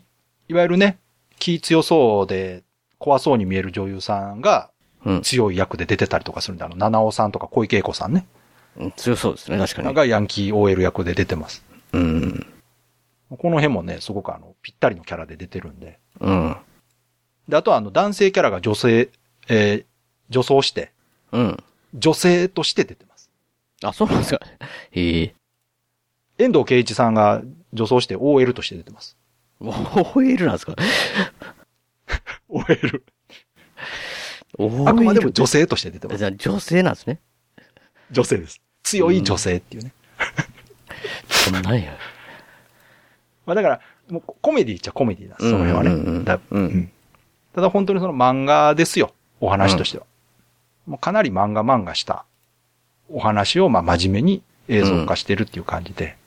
いわゆるね、気強そうで怖そうに見える女優さんがうん。強い役で出てたりとかするんで、あの、七尾さんとか小池栄子さんね、うん強そうですね、確かに。がヤンキー OL 役で出てます。うん。この辺もね、すごくあの、ぴったりのキャラで出てるんで。うん。で、あとはあの、男性キャラが女性、えー、女装して、うん。女性として出てます。あ、そうなんですか。へえ。遠藤圭一さんが女装して OL として出てます。 OL なんですか OL。 OL あくまでも女性として出てます。じゃあ女性なんですね。女性です。強い女性っていうね。そんなんや。まあだから、もうコメディっちゃコメディなんです、その辺はね。うんうんうんだうんうんただ本当にその漫画ですよ、お話としては。もうかなり漫画漫画したお話をまあ真面目に映像化してるっていう感じで。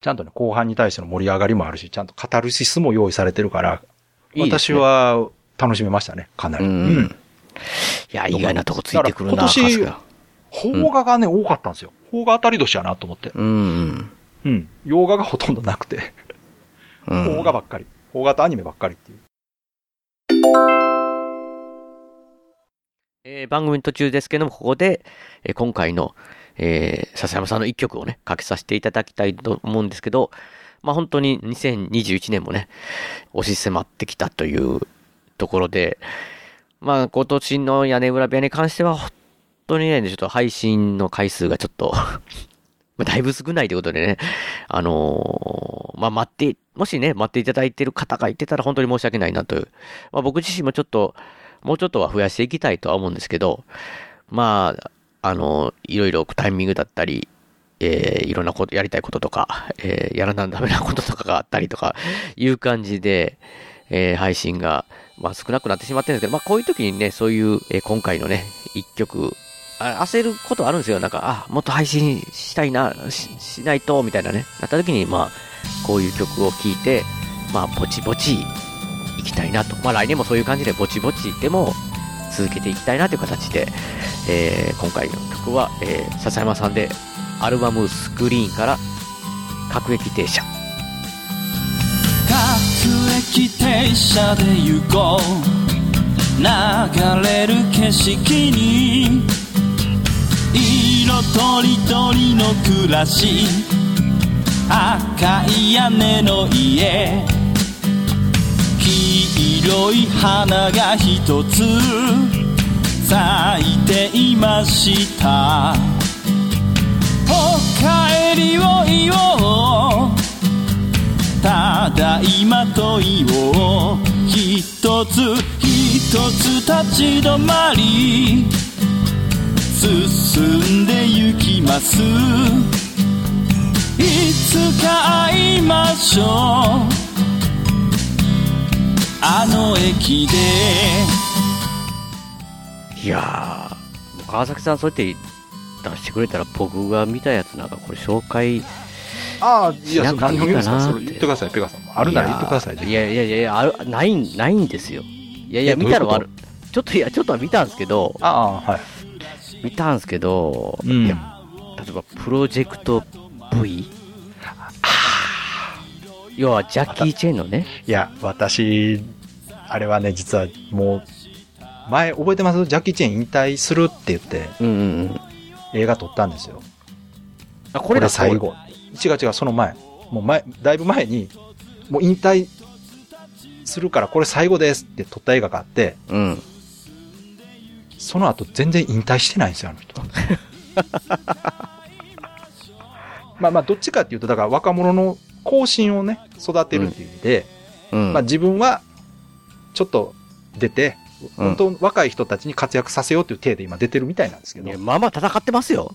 ちゃんとね、後半に対しての盛り上がりもあるし、ちゃんとカタルシスも用意されてるから、いいです私ねは楽しめましたね、かなり。うんうんいや、意外なとこついてくるな、だから今年春日邦画がね、多かったんですよ。邦画当たり年やなと思って。うん。うん。洋画がほとんどなくて。うん。邦画ばっかり。邦画とアニメばっかりっていう。えー番組の途中ですけども、ここで、えー今回の、えー笹山さんの一曲をね、かけさせていただきたいと思うんですけど、まあ本当に2021年もね、押し迫ってきたというところで、まあ今年の屋根裏部屋に関しては、本当にね、ちょっと配信の回数がちょっと、まあだいぶ少ないということでね、あのーまあ待って、もしね、待っていただいてる方がいてたら本当に申し訳ないなという。まあ僕自身もちょっと、もうちょっとは増やしていきたいとは思うんですけど、まあ、あの、いろいろタイミングだったり、えーいろんなこと、やりたいこととか、えーやらなダメなこととかがあったりとか、いう感じで、えー配信が、まあ少なくなってしまってるんですけど、まあこういう時にね、そういう、えー今回のね、一曲、あ焦ることあるんですよ。なんか、あ、もっと配信したいな、ししないと、みたいなね、なった時に、まあ、こういう曲を聴いて、まあ、ぼちぼちいきたいなと。まあ、来年もそういう感じで、ぼちぼちでも続けていきたいなという形で、えー今回の曲は、えー笹山さんで、アルバムスクリーンから、各駅停車。各駅停車で行こう流れる景色に色とりどりの暮らし赤い屋根の家黄色い花が一つ咲いていましたお帰りを言おうただいまと言おう一つ一つ立ち止まり進んで行きますいつか会いましょうあの駅でいやー、もう川崎さん、そうやって出してくれたら、僕が見たやつなんか、これ紹介、ああ、いや、それ何を言うんですかしなそくてれいいかなって言ってください、ペガさんも。あるなら言ってください。いやいやいやいや、あるないん、ないんですよ。いやいや、えど見ういうたこのはあとる。ちょっと、いや、ちょっとは見たんですけど、ああ、はい。見たんですけど、うんいや例えばプロジェクト V 要はジャッキー・チェンのねいや、私、あれはね、実はもう、前覚えてますジャッキー・チェン引退するって言ってうんうんうん映画撮ったんですよ。あここれだ最後。違う違う、その前。もう前、だいぶ前に、もう引退するからこれ最後ですって撮った映画があって、うんその後全然引退してないんですよ、あの 人。まあまあ、どっちかっていうと、だから若者の後進をね、育てるっていう意味で、うんまあ自分は、ちょっと出て、うん本当若い人たちに活躍させようという体で今出てるみたいなんですけどい、やまあまあ戦ってますよ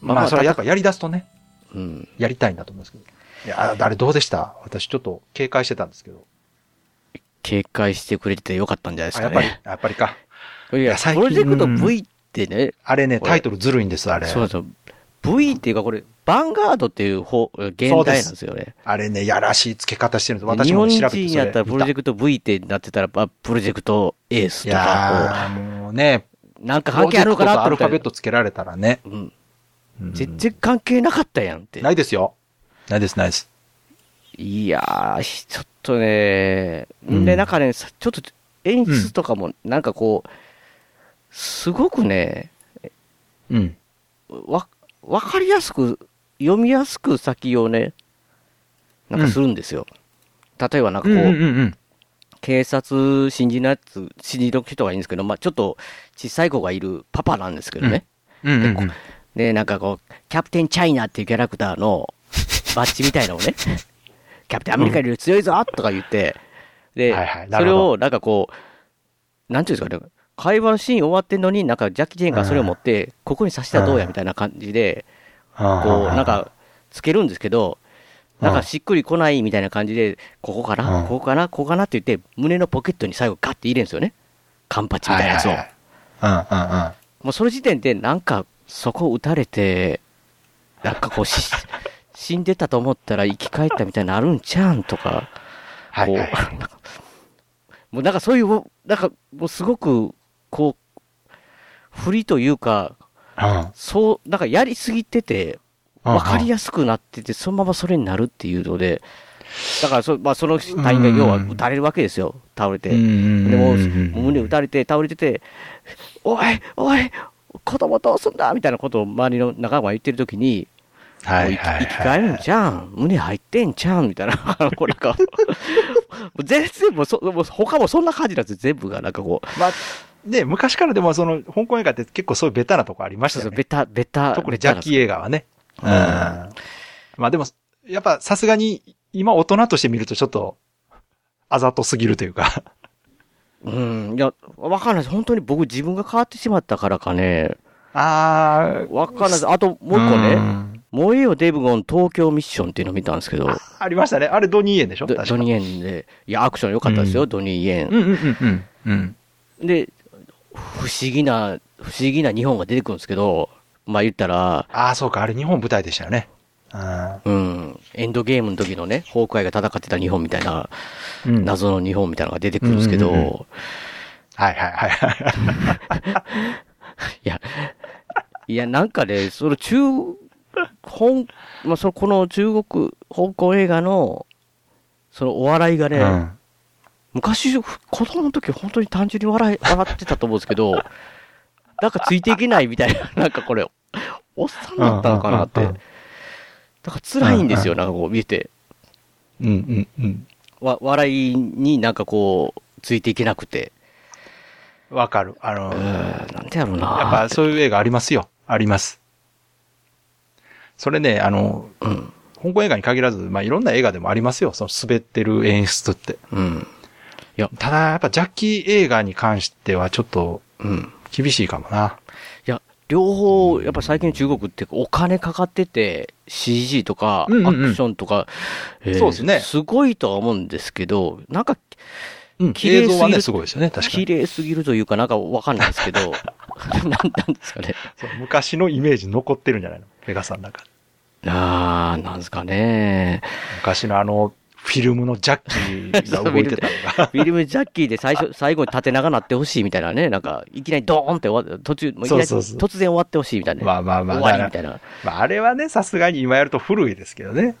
まあそれはやっぱやり出すとね、うんやりたいんだと思うんですけど。いや、ああれどうでした私ちょっと警戒してたんですけど。警戒してくれててよかったんじゃないですあかやっぱりね、やっぱりか。いやや最プロ近ジェクト V ってねあれね、これタイトルずるいんです、あれ。そうそう V っていうかこれバンガードっていう方現代なんですよねあれね、やらしい付け方してるんです。日私も本ね調べて人やったらプロジェククト V ってなってたら、まあ、プロジェクトエースいとかやーもうね、こうなんか関係あるのかなとア思ルっフたァベらットつけられたらね。うんうん全然関係なかったやんってな。いですよ。ないです、ないです。いやー、しちょっとね、うんで、なんかね、さちょっと演出とかも、なんかこう、すごくね、うん。わ、わかりやすく、読みやすく先をね、なんかするんですよ。例えばなんかこう、うん。警察信じのやつ、信じの人がいいんですけど、まあちょっと小さい子がいるパパなんですけどね。うんうんでこで、なんかこう、キャプテンチャイナっていうキャラクターのバッジみたいなのを ね、キャプテンアメリカより強いぞとか言って、で、はいはいなそるれほどをなんかこう、なんていうんですかね、会話のシーン終わってんのに、なんかジャッキー・ジェーンがそれを持って、ここに刺したらどうやみたいな感じで、こう、なん、か、つけるんですけど、なんかしっくりこないみたいな感じで、ここかうな、んここかな、ここかなって言って、胸のポケットに最後ガッて入れるんですよね。カンパチみはたいいなやはいつをは。い。うんうんうん。もうその時点で、なんか、そこ撃たれて、なんかこう し、死んでたと思ったら生き返ったみたいになるんちゃうんとか、はいこうはい。なんかもうなんか そういう、なんかもうすごく、こう、振りというか、うんそう、なんかやりすぎてて、うんわかりやすくなってて、そのままそれになるっていうので、だからそ、まあ、その隊員が要は撃たれるわけですよ、倒れて。うんうんうんでもう、胸打たれて、倒れてて、おい、おい、子供どうすんだみたいなことを周りの仲間が言ってるときに、はもうい生きはい生き返るんじゃん、胸入ってんじゃんみたいな、 あのこれか、もう全然もうそ、もう他もそんな感じなんですよ、全部が、なんかこう、まあ、ね、昔からでもその、香港映画って結構そういうベタなとこありましそたうそようねベ。タ、ベタ、特にベジタャなッキー映画はね。うん。んまあでも、やっぱさすがに、今大人として見るとちょっと、あざとすぎるというか。うん、いや、わかんないです、本当に僕、自分が変わってしまったからかね、あわかんないです、あともう一個うね、ん燃えよデブゴン東京ミッションっていうの見たんですけど。ありましたね。あれドニーエンでしょド確かドニーイエンで、いや、アクション良かったですよ、うんドニーイエうんうんうんうん。うん。ン。で、不思議な、不思議な日本が出てくるんですけど、まあ言ったら、ああ、そうか。あれ日本舞台でしたよね。うんうん、エンドゲームの時のね、崩壊が戦ってた日本みたいな、うんはい謎の日本みたいなのが出てくるんですけど、うんうんうんうんはいはいはい。いや、いや、なんかね、その中、本、まあ、その、この中国、香港映画の、そのお笑いがね、うん昔、子供の時本当に単純に笑い、笑ってたと思うんですけ ど、なんかついていけないみたいな、なんかこれ、おっさんだったのかなって。うんなうんんうんか辛いんですよ、うなんかこう見てて。うんうんうん。わ、笑いになんかこう、ついていけなくて。わかる。あの、うーん、なんでやろうやっぱな。そういう映画ありますよ。あります。それね、あの、うん。香港映画に限らず、まあ、いろんな映画でもありますよ。その滑ってる演出って。うん。ただ、やっぱジャッキー映画に関してはちょっとうん。厳しいかもな。いや、両方、やっぱ最近の中国ってお金かかってて、CG とか、アうんうんうんクションとか、えーそうですねすごいとは思うんですけど、なんか、うん綺麗すぎ映る像はね、すごいですよね、確か綺に。麗すぎるというか、なんかわかんないです けど、なんなんですかね。そう昔のイメージ残ってるんじゃないのペガさんの中で。あー、なんですかね。昔のあの、フィルムのジャッキーが動いてたの が。フィルムジャッキーで最初、最後に縦長なってほしいみたいなね、なんか、いきなりドーンって終わっ途中、もういきなりそうそうそう突然終わってほしいみたいなね。まあまあまあ、終わりだみかたいらな。まあ、あれはね、さすがに今やると古いですけどね。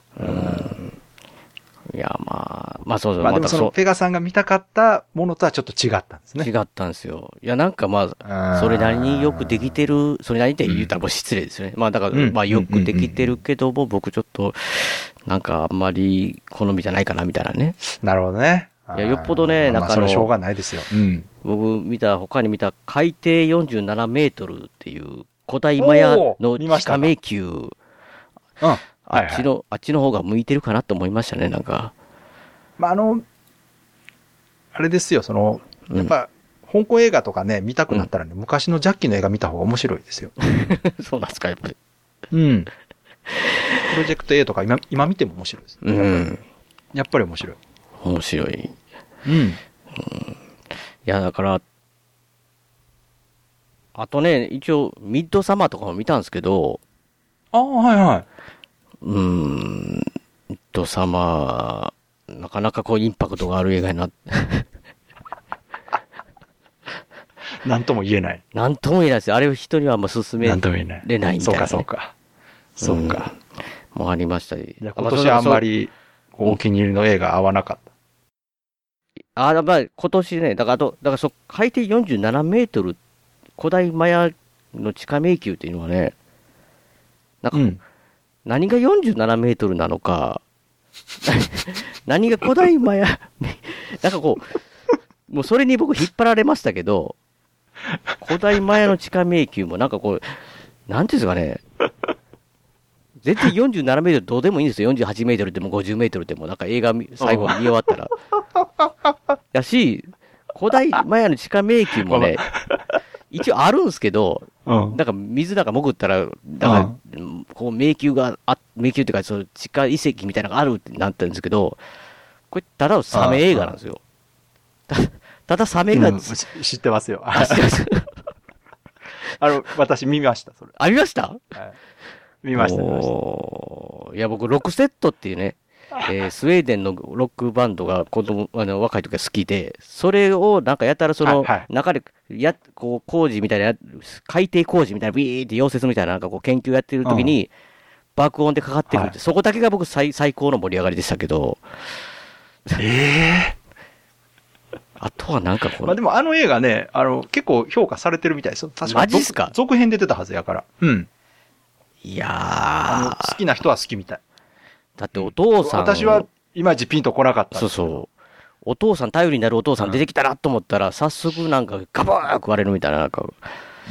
いや、まあ、まあそうそう、まあでもたそのう、ペガさんが見たかったものとはちょっと違ったんですね。違ったんですよ。いや、なんかまうあ、んそれなりによくできてる、それなりにって言ったらもう失礼ですよね。まあだから、うんまあよくできてるけども、僕ちょっと、なんかあんまり好みじゃないかなみたいなね。なるほどね。いやよっぽどねあーなんかあまあそのれはしょうがないですよ。うん。僕見た、他に見た、海底47メートルっていう、古代マヤおのー見ま地し下たか迷宮、うん。はいあはいっちの、あっちの方が向いてるかなと思いましたね、なん か。まあ、あの、あれですよ、その、うんやっぱ、香港映画とかね、見たくなったらね、昔のジャッキーの映画見た方が面白いですよ。そうなんですか、やっぱり。うん。プロジェクト A とか今、今見ても面白いです。うん。やっぱり面白い。面白い。いうん。や、だから、あとね、一応、ミッドサマーとかも見たんですけど、ああ、はいはうーん、ミッドサマー、なかなかこう、インパクトがある映画にな、い。なんとも言えない。なんとも言えないですよ。あれを人にはあんま勧めなんとも言えない。れないみたそいうなねか、そうか。そうか。もありましたり。じゃあ今年はあんまり、こうお気に入りの映画合わなかっあ、まあ、今年ね、だからあと、だからそ、海底47メートル、古代マヤの地下迷宮っていうのはね、なんた。か、ん。何が47メートルなのか、 何が古代マヤ、 なんかこう、もうそれに僕引っ張られましたけど、古代マヤの地下迷宮もなんかこう、なんていうんですかね、全然47メートルどうでもいいんですよ。48メートルでも50メートルでも、なんか映画見最後見終わったら。やし、古代マヤの地下迷宮もね、一応あるんですけど、うん。なんか水なんか潜ったら、だから、こう迷宮があ、迷宮っていうか、その地下遺跡みたいなのがあるってなったんですけど、これただのサメ映画なんですよ。たただサメが、うんつし知ってますよ。あ あの、私見ました、それ。 ありましたはい見ました、見ました。おーいや、僕、ロックセットっていう ね、えースウェーデンのロックバンドが子供、あの、若い時が好きで、それをなんかやたらそのはいはい、中で、や、こう、工事みたいなや、海底工事みたいな、ビーって溶接みたいな、なんかこう、研究やってる時に、爆音でかかってくるって、はいそこだけが僕最、最高の盛り上がりでしたけど、ええ あとはなんかこまあの、でもあの映画ね、あの、結構評価されてるみたいですよ。確かマジっすか続続編で出たはずやから。うん。いやあの、好ー、きな人は好きみたい。だってお父さん、私はいまいちピンとこなかった。そうそう。お父さん、頼りになるお父さん出てきたなと思ったら、早速なんかガバーン食われるみたいな、なんか、う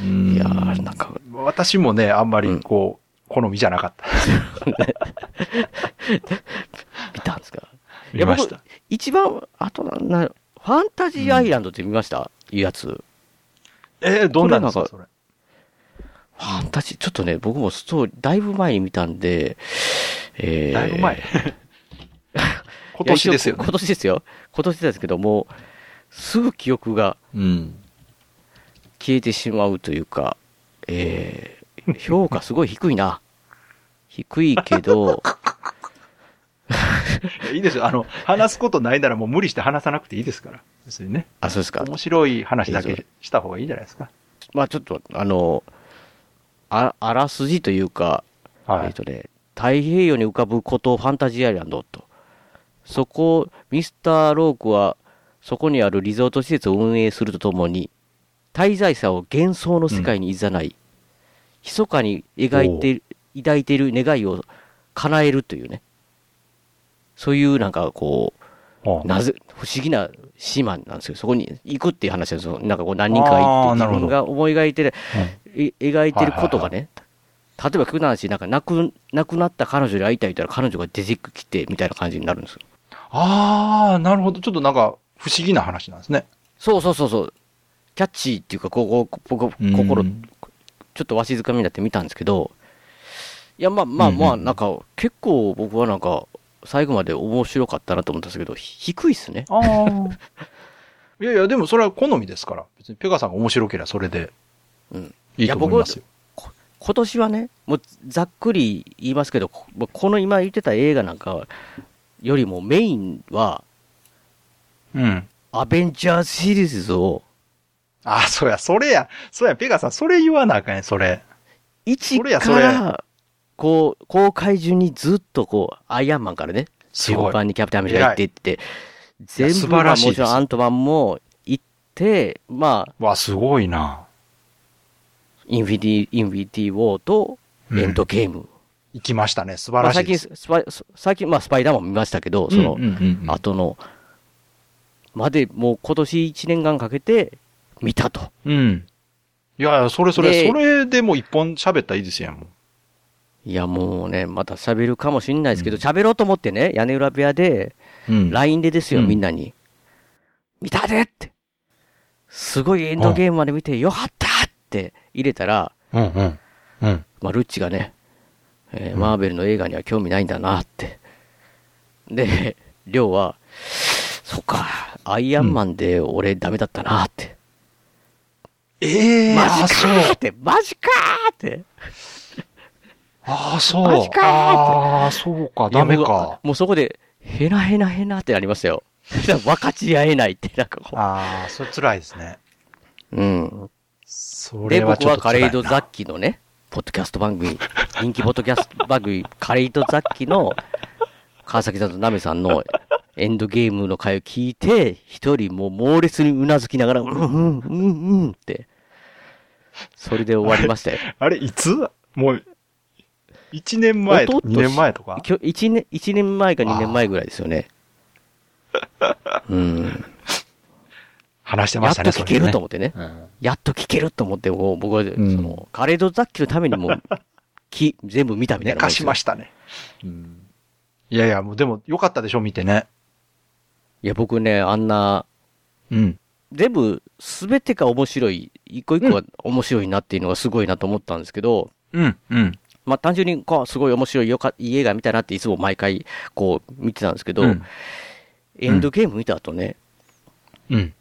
いん。やー、なんか、私もね、あんまりこう、好みじゃなかった。見たんですか。い見やました。僕一番、あとなんだ、ファンタジーアイランドって見ました、いうやつ。フえー、どんなんですか、こそれ。ァンタジー、ちょっとね、僕もストーリー、だいぶ前に見たんで、えーだいぶ 前。今年ですよいや一応ね。今年ですよ。今年ですけども、すぐ記憶がうん。消えてしまうというか、え ー、評価すごい低いな。低いけど、いいですよ。あの、話すことないならもう無理して話さなくていいですから。別にね。あ、そうですか。面白い話だけした方がいいんじゃないですか。まあちょっと、あの、ああらすじというか、はえっい。とね、太平洋に浮かぶ孤島ファンタジーアイランドと。そこ、ミスター・ロークは、そこにあるリゾート施設を運営するとともに、滞在者を幻想の世界に誘い、密かに描いてる、抱いている願いを叶えるというね。そういうなんかこはう、いなぜ、不思議な島なんですよ。そこに行くっていう話なんですよ。なんかこう何人かが行あーって、自なるほど分が思い描いてる、え描いてることがね、例えば極端な話、なんか亡く亡くなった彼女に会いたいって言ったら彼女が出てきてみたいな感じになるんですよ。あー、なるほど。ちょっとなんか、不思議な話なんですね。そうそうそうそう。キャッチーっていうか、こうこうここうん心、ちょっとわしづかみになって見たんですけど、いや、まあまあうんうんまあ、なんか、結構僕はなんか、最後まで面白かったなと思ったんですけど、ひ低いっすね。ああ。いやいや、でもそれは好みですから。別にペガさんが面白ければそれでうん。いいと思いますよ。今年はね、もうざっくり言いますけど、こまあこの今言ってた映画なんかよりもメインは、うん。アベンジャーズシリーズをああ、そうや、それや。そうや、ペガさん、それ言わなあかんや、それ。一それやかそれら、こう、公開順にずっとこう、アイアンマンからね、すごい順番にキャプテンアメリカ行っていって、全いや素部、晴まあらしいもちですろんアントマンも行って、まあ、わ、すごいな。インフィニティ、インフィニティウォーと、うんエンドゲーム。行きましたね。素ま晴あらしい最近です。スパイ、最近、まあスパイダーマン見ましたけど、そのうん、うんうんうん後の、までもう今年1年間かけて見たと。うん。いやいや、それそれ、でそれでもう一本喋ったらいいですやん。もういやもうね、また喋るかもしれないですけど、うん喋ろうと思ってね、屋根裏部屋で、うん。 LINE でですよ、うんみんなに。見たでって。すごいエンドゲームまで見てよかったって入れたら、うんうん。うん。まあ、ルッチがね、えーうんマーベルの映画には興味ないんだなって。で、りょうは、そっか、アイアンマンで俺ダメだったなって。ええマあ、ジそかう。ーって、 マジかーって。ああ、そう。マジかーああ、そうか、ダメいやか。僕もうそこで、へなへなへなってなりましたよ。 分かち合えないって、なんかこああ、それ辛いですね。う。うん。そで、れは僕ちょっはとカ辛いレな。イドザッキのね、ポッドキャスト番 組、人気ポッドキャスト番組、カレイドザッキの、川崎さんとナメさんのエンドゲームの回を聞いて、一人もう猛烈にうなずきながら、うんうんうんうんって、それで終わりましたよ。あれ、いつもう、1年前、おと2とし年前とか。きょ一年、一年前か二年前ぐらいですよね。 うん。話してやまっしとた聞ね、けると思思ってね。うん。やっと聞けると思って、もう僕は、そんの、カレードザッキのためにもう、 き、全部見たみたいな寝もんかですしよ。ましたね。うん。いやいや、もうでも、よかったでしょ、見てね。いや、僕ね、あんな、うん。全部、すべてが面白い、一個一個は面白いなっていうのがすごいなと思ったんですけど、うん、うん。まあ単純に、こう、すごい面白いよか、いい映画見たなっていつも毎回、こう、見てたんですけど、うんエンドゲーム見た後ね、うん。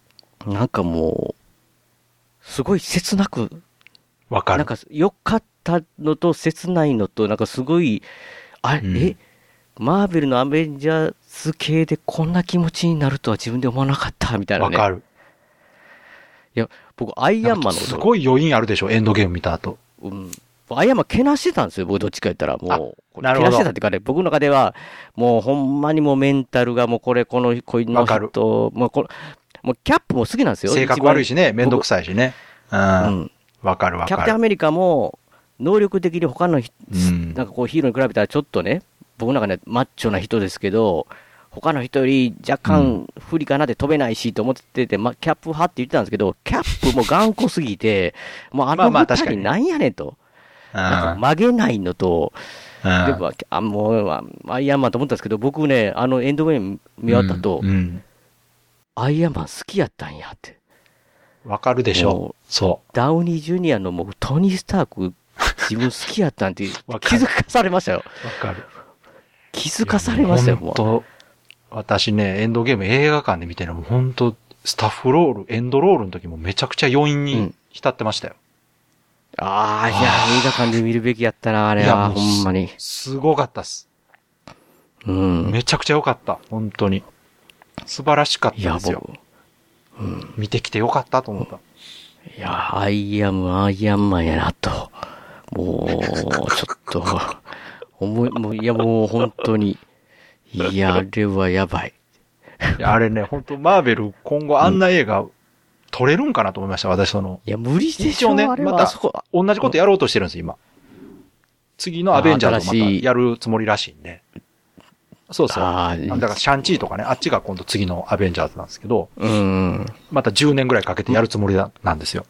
なんかもう、すごい切なく、わかなんる。か良かったのと切ないのと、なんかすごい、あれ、うんえマーベルのアベンジャーズ系でこんな気持ちになるとは自分で思わなかった、みたいなわね。かる。いや、僕、アイアンマンのすこと、ごい余韻あるでしょ、エンドゲーム見た後。うん、アイアンマンけなしてたんですよ、僕、どっちか言ったら、もう。なるほけどなしてたっていうかね、僕の中では、もうほんまにもうメンタルがもうこれ、この、このわかる人、もうこれ、もうキャップも好きなんですよ。性格悪いしね、めんどくさいしね。一うん。番わ、うん。かるわキャかプテンアる。メリカも、能力的に他のひ、うんなんかこうヒーローに比べたらちょっとね、僕の中ではマッチョな人ですけど、他の人より若干不利かなって飛べないしと思ってて、まあ、キャップ派って言ってたんですけど、キャップも頑固すぎて、 もうあのまあま二あ確か人になんやねんと。うんなんか曲げないのと、でうん。もあもうあアイアンマンと思ったんですけど、僕ね、あのエンドウェイ見終わった後、うんうんアイアンマン好きやったんやって。わかるでしもょ。そダウニー・ジュニアのもうトニー・スターク、自分好きやったんって気 わかるづかされましたよ。う。わかる。気づかされましたよ、も本う。当私ね、エンドゲーム映画館で見てるのも本当スタッフロール、エンドロールの時もめちゃくちゃ余韻うにん浸ってましたよ。ああ、いや、映画館で見るべきやったな、あれいやは、もうほんまに。すごかったっす。うん。めちゃくちゃ良かった。本当に。素晴らしかっいたや、です僕よ。。見てきて良かったと思った。いや、アイアム、アイアンマンやな、と。もう、ちょっと、 思い、もう、いや、もう、本当に。いや、あれはやばい。いやあれね、本当マーベル今後あんな映画撮れるんかなと思いました。私その、いや、無理でし一応ょ、ねあれはまたあそこ、同じことやろうとしてるんです、今。次のアベンジャーズをまあ新たしいやるつもりらしいんで。そうそう。あーだからシャンチーとかね、あっちが今度次のアベンジャーズなんですけど、うん。また10年ぐらいかけてやるつもりだなんですよ。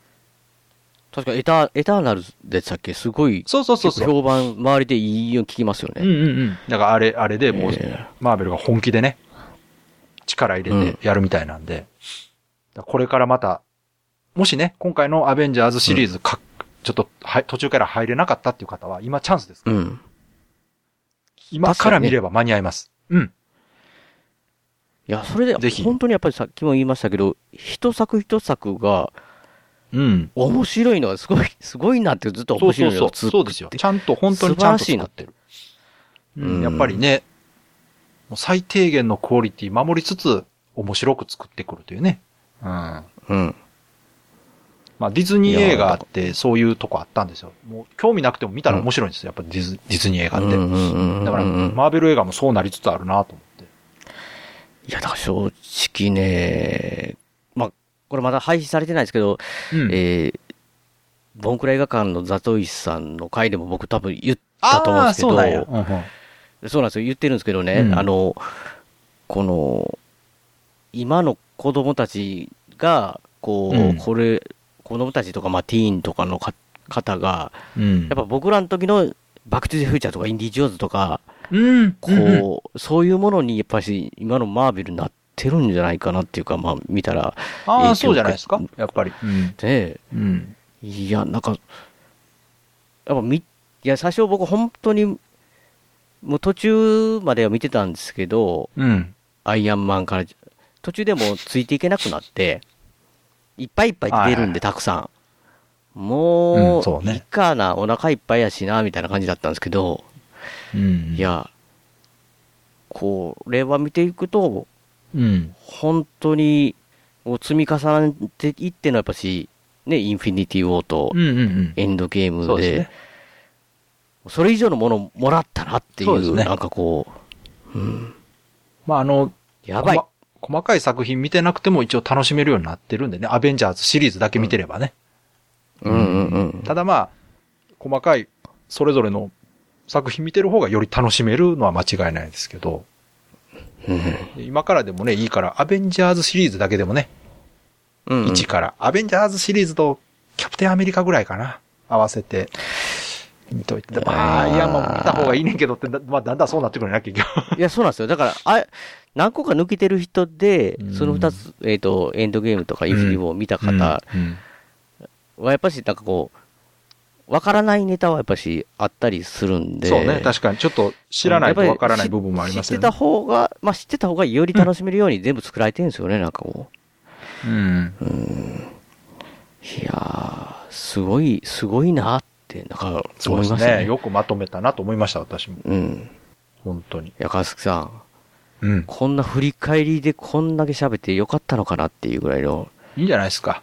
確かエタ、エターナルズでしたっけすごい、そうそうそう結構そ評う。判、周りでいいように聞きますようんね。うんうん。だからあれ、あれでもう、えマーベルが本気でね、力入れてやるみたいなんで、だからこれからまた、もしね、今回のアベンジャーズシリーズか、ちょっとはい途中から入れなかったっていう方は、今チャンスです。うん。今から見れば間に合います。うん。いや、それでぜ、ひ本当にやっぱりさっきも言いましたけど、一作一作がうん。面白いのはすごい、 すごいなってずっとそ面うそ白ういそのをう。ずっそうとですよ。ちゃんと、本当にちゃんと作って晴る。らしいなうんうんやっぱりね、もう最低限のクオリティ守りつつ、面白く作ってくるというね。うん。まうん。あ、ディズニー映画ってそういうとこあったんですよ。もう興味なくても見たら面白いんですよ。やっぱディズディズニー映画うっんうて。んうんうん。だから、うんマーベル映画もそうなりつつあるなと思って。いや、だから正直ね、まあ、これまだ配信されてないですけど、うんえー、ボンクラ映画館のザトイさんの回でも僕多分言ったと思うんあであ、すけど、そうなんや。うんうんそうなんですよ。言ってるんですけどね、うんあの、この、今の子供たちが、こう、うんこれ、子供たちとか、まあ、ティーンとかのか方が、うん。やっぱ僕らの時の、バックトゥザフューチャーとか、インディ・ジョーンズとか、うん。こう、そういうものに、やっぱし、今のマーベルになってるんじゃないかなっていうか、まあ、見たら、ああ、そうじゃないですか。やっぱり。うん。ね、うん。いや、なんか、やっぱみ、いや、最初僕、本当に、もう途中までは見てたんですけど、うん。アイアンマンから、途中でもうついていけなくなって、いっぱいいっぱい出るんはで、いたくさん。うもんそうう、ねいっかな、お腹いっぱいやしな、みたいな感じだったんですけど、うん。い、や、これは見ていくと、うん。本当に、もう積み重ねていってのはやっぱし、ね、インフィニティ・ウォーとうんうんうん。エンドゲームそうで、ですね。それ以上のものもらったなっていそうでう、すねなんかこまあ、あの、う、やばい細。細かい作品見てなくても一応楽しめるようになってるんでね。アベンジャーズシリーズだけ見てればね。うんうんうん。ただまあ、細かい、それぞれの作品見てる方がより楽しめるのは間違いないですけど。うん今からでもね、いいから、アベンジャーズシリーズだけでもね、うんうん1から、アベンジャーズシリーズとキャプテンアメリカぐらいかな。合わせて。見といて。まあ、あーいや、もう見た方がいいねんけどって、だまあ、だんだんそうなってくるな、結局。いや、そうなんですよ。だから、あ何個か抜けてる人でう、んその2つ、えっ、と、エンドゲームとかインフィニボを見た方うんは、やっぱし、なんかこう、わからないネタはやっぱしあったりするんで。そうね、確かに。ちょっと知らないとうんやわっぱかりらない部分もありま知すっよてねた。方が、まあ知ってた方がより楽しめるように全部作られてるんですよね、なんかこう。うん。いやー、すごい、すごいなって、なんか、そう思でいすましたね。ね。よくまとめたなと思いました、私も。うん。本当に。いや、川崎さん、うん。こんな振り返りでこんだけ喋ってよかったのかなっていうぐらいの、いいんじゃないですか。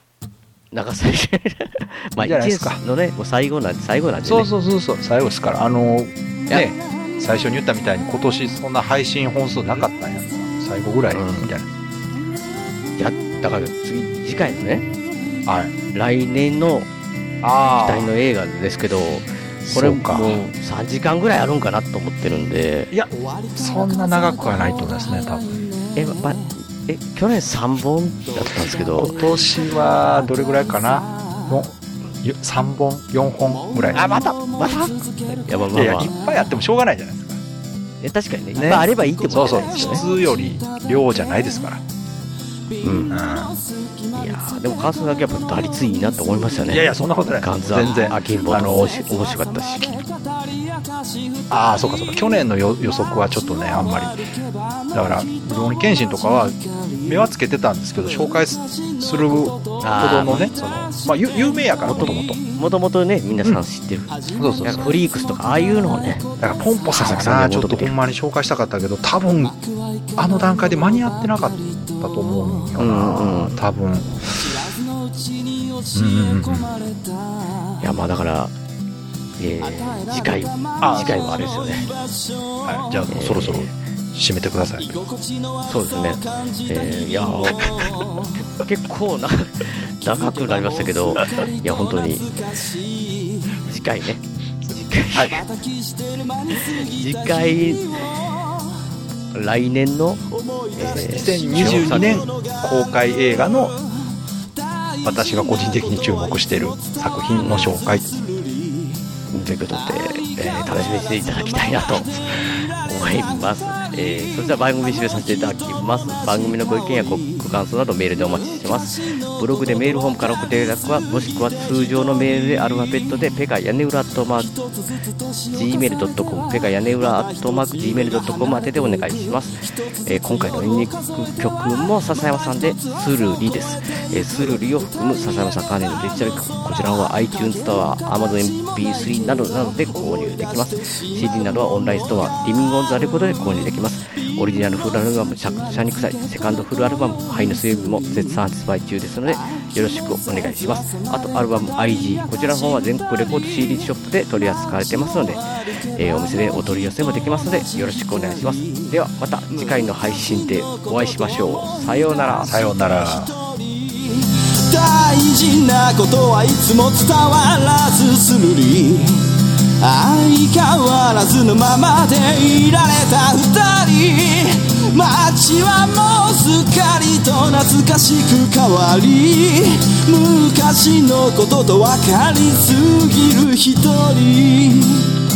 なんか最初、 まあ、いい一じゃないです年かのね、もう最後なんで、最後なんで、ね。そうそうそうそう、最後ですから。あの、やね、最初に言ったみたいに今年そんな配信本数なかったんやから最後ぐらいみたいいや、だから次、次回のね、な。はい。来年の期あ待の映画ですけど、これそうかもう3時間ぐらいあるんかなと思ってるんで、いや、そんな長くはないと思いますね、多分。え、ま、え、去年3本だったんですけど、今年はどれぐらいかな3本4本ぐらいあ、また、またいや、まあまいあやいまやあいっ。ぱいあってもしょうがないじゃないですかえ確かにね、ねいっぱいあればいいってそこうそとうですよね。質より量じゃないですから、うん。ういやーでも川崎だけやっぱ打率いいなと思いましたね。ん、いやいやそんなことないガンズ全然あ、銀棒あのの面白面白かったし。ああそうかそうか去年の予予測はちょっとねあんまりだから「ルオニケンシン」とかは目はつけてたんですけど紹介すするほどのねその、まあ、ゆ有名やからもともともともとね、みんなさん知ってる。そうそうなそんかうフリークスとか、ああいうのをね、だからポンポさんがなちょっとほんまに紹介したかったけど多分あの段階で間に合ってなかったと思うんよな、うんうん多分いや、まあだから、えー、次回、次回はあれですよね。はい、じゃあもうそろそろ締めてください。そうですね。えー、いやー 結構な、長くなりましたけど、いや、本当 に、次回 ね。次回、次回、来年の、えー2022年公開映画の私が個人的に注目している作品の紹介ということで、えー楽しみにしていただきたいなと思います、えーそれでは番組締めさせていただきます番組のご意見やごご感想などメールでお待ちしてますブログでメールフォームから送っていただくはもしくは通常のメールでアルファベットでペカ屋根裏アットマーク gmail.com ペカ屋根裏アットマーク gmail.com 宛てでお願いします、えー今回のエンディング曲も笹山さんでスルリです、えースルリを含む笹山さん関連のデジタル曲こちらは iTunes ストア AmazonMP3 などなどで購入できます CD などはオンラインストアリミングオンザレコードで購入できますオリジナルフルアルバム「シャシャニクサイ」セカンドフルアルバム「ハイの水曜日」も絶賛発売中ですのでよろしくお願いしますあとアルバム IG こちらの方は全国レコード CD ショップで取り扱われてますので、えーお店でお取り寄せもできますのでよろしくお願いしますではまた次回の配信でお会いしましょうさようならさようなら。大事なことはいつも伝わらずするり相変わらずのままでいられた二人街はもうすっかりと懐かしく変わり昔のことと分かりすぎる一人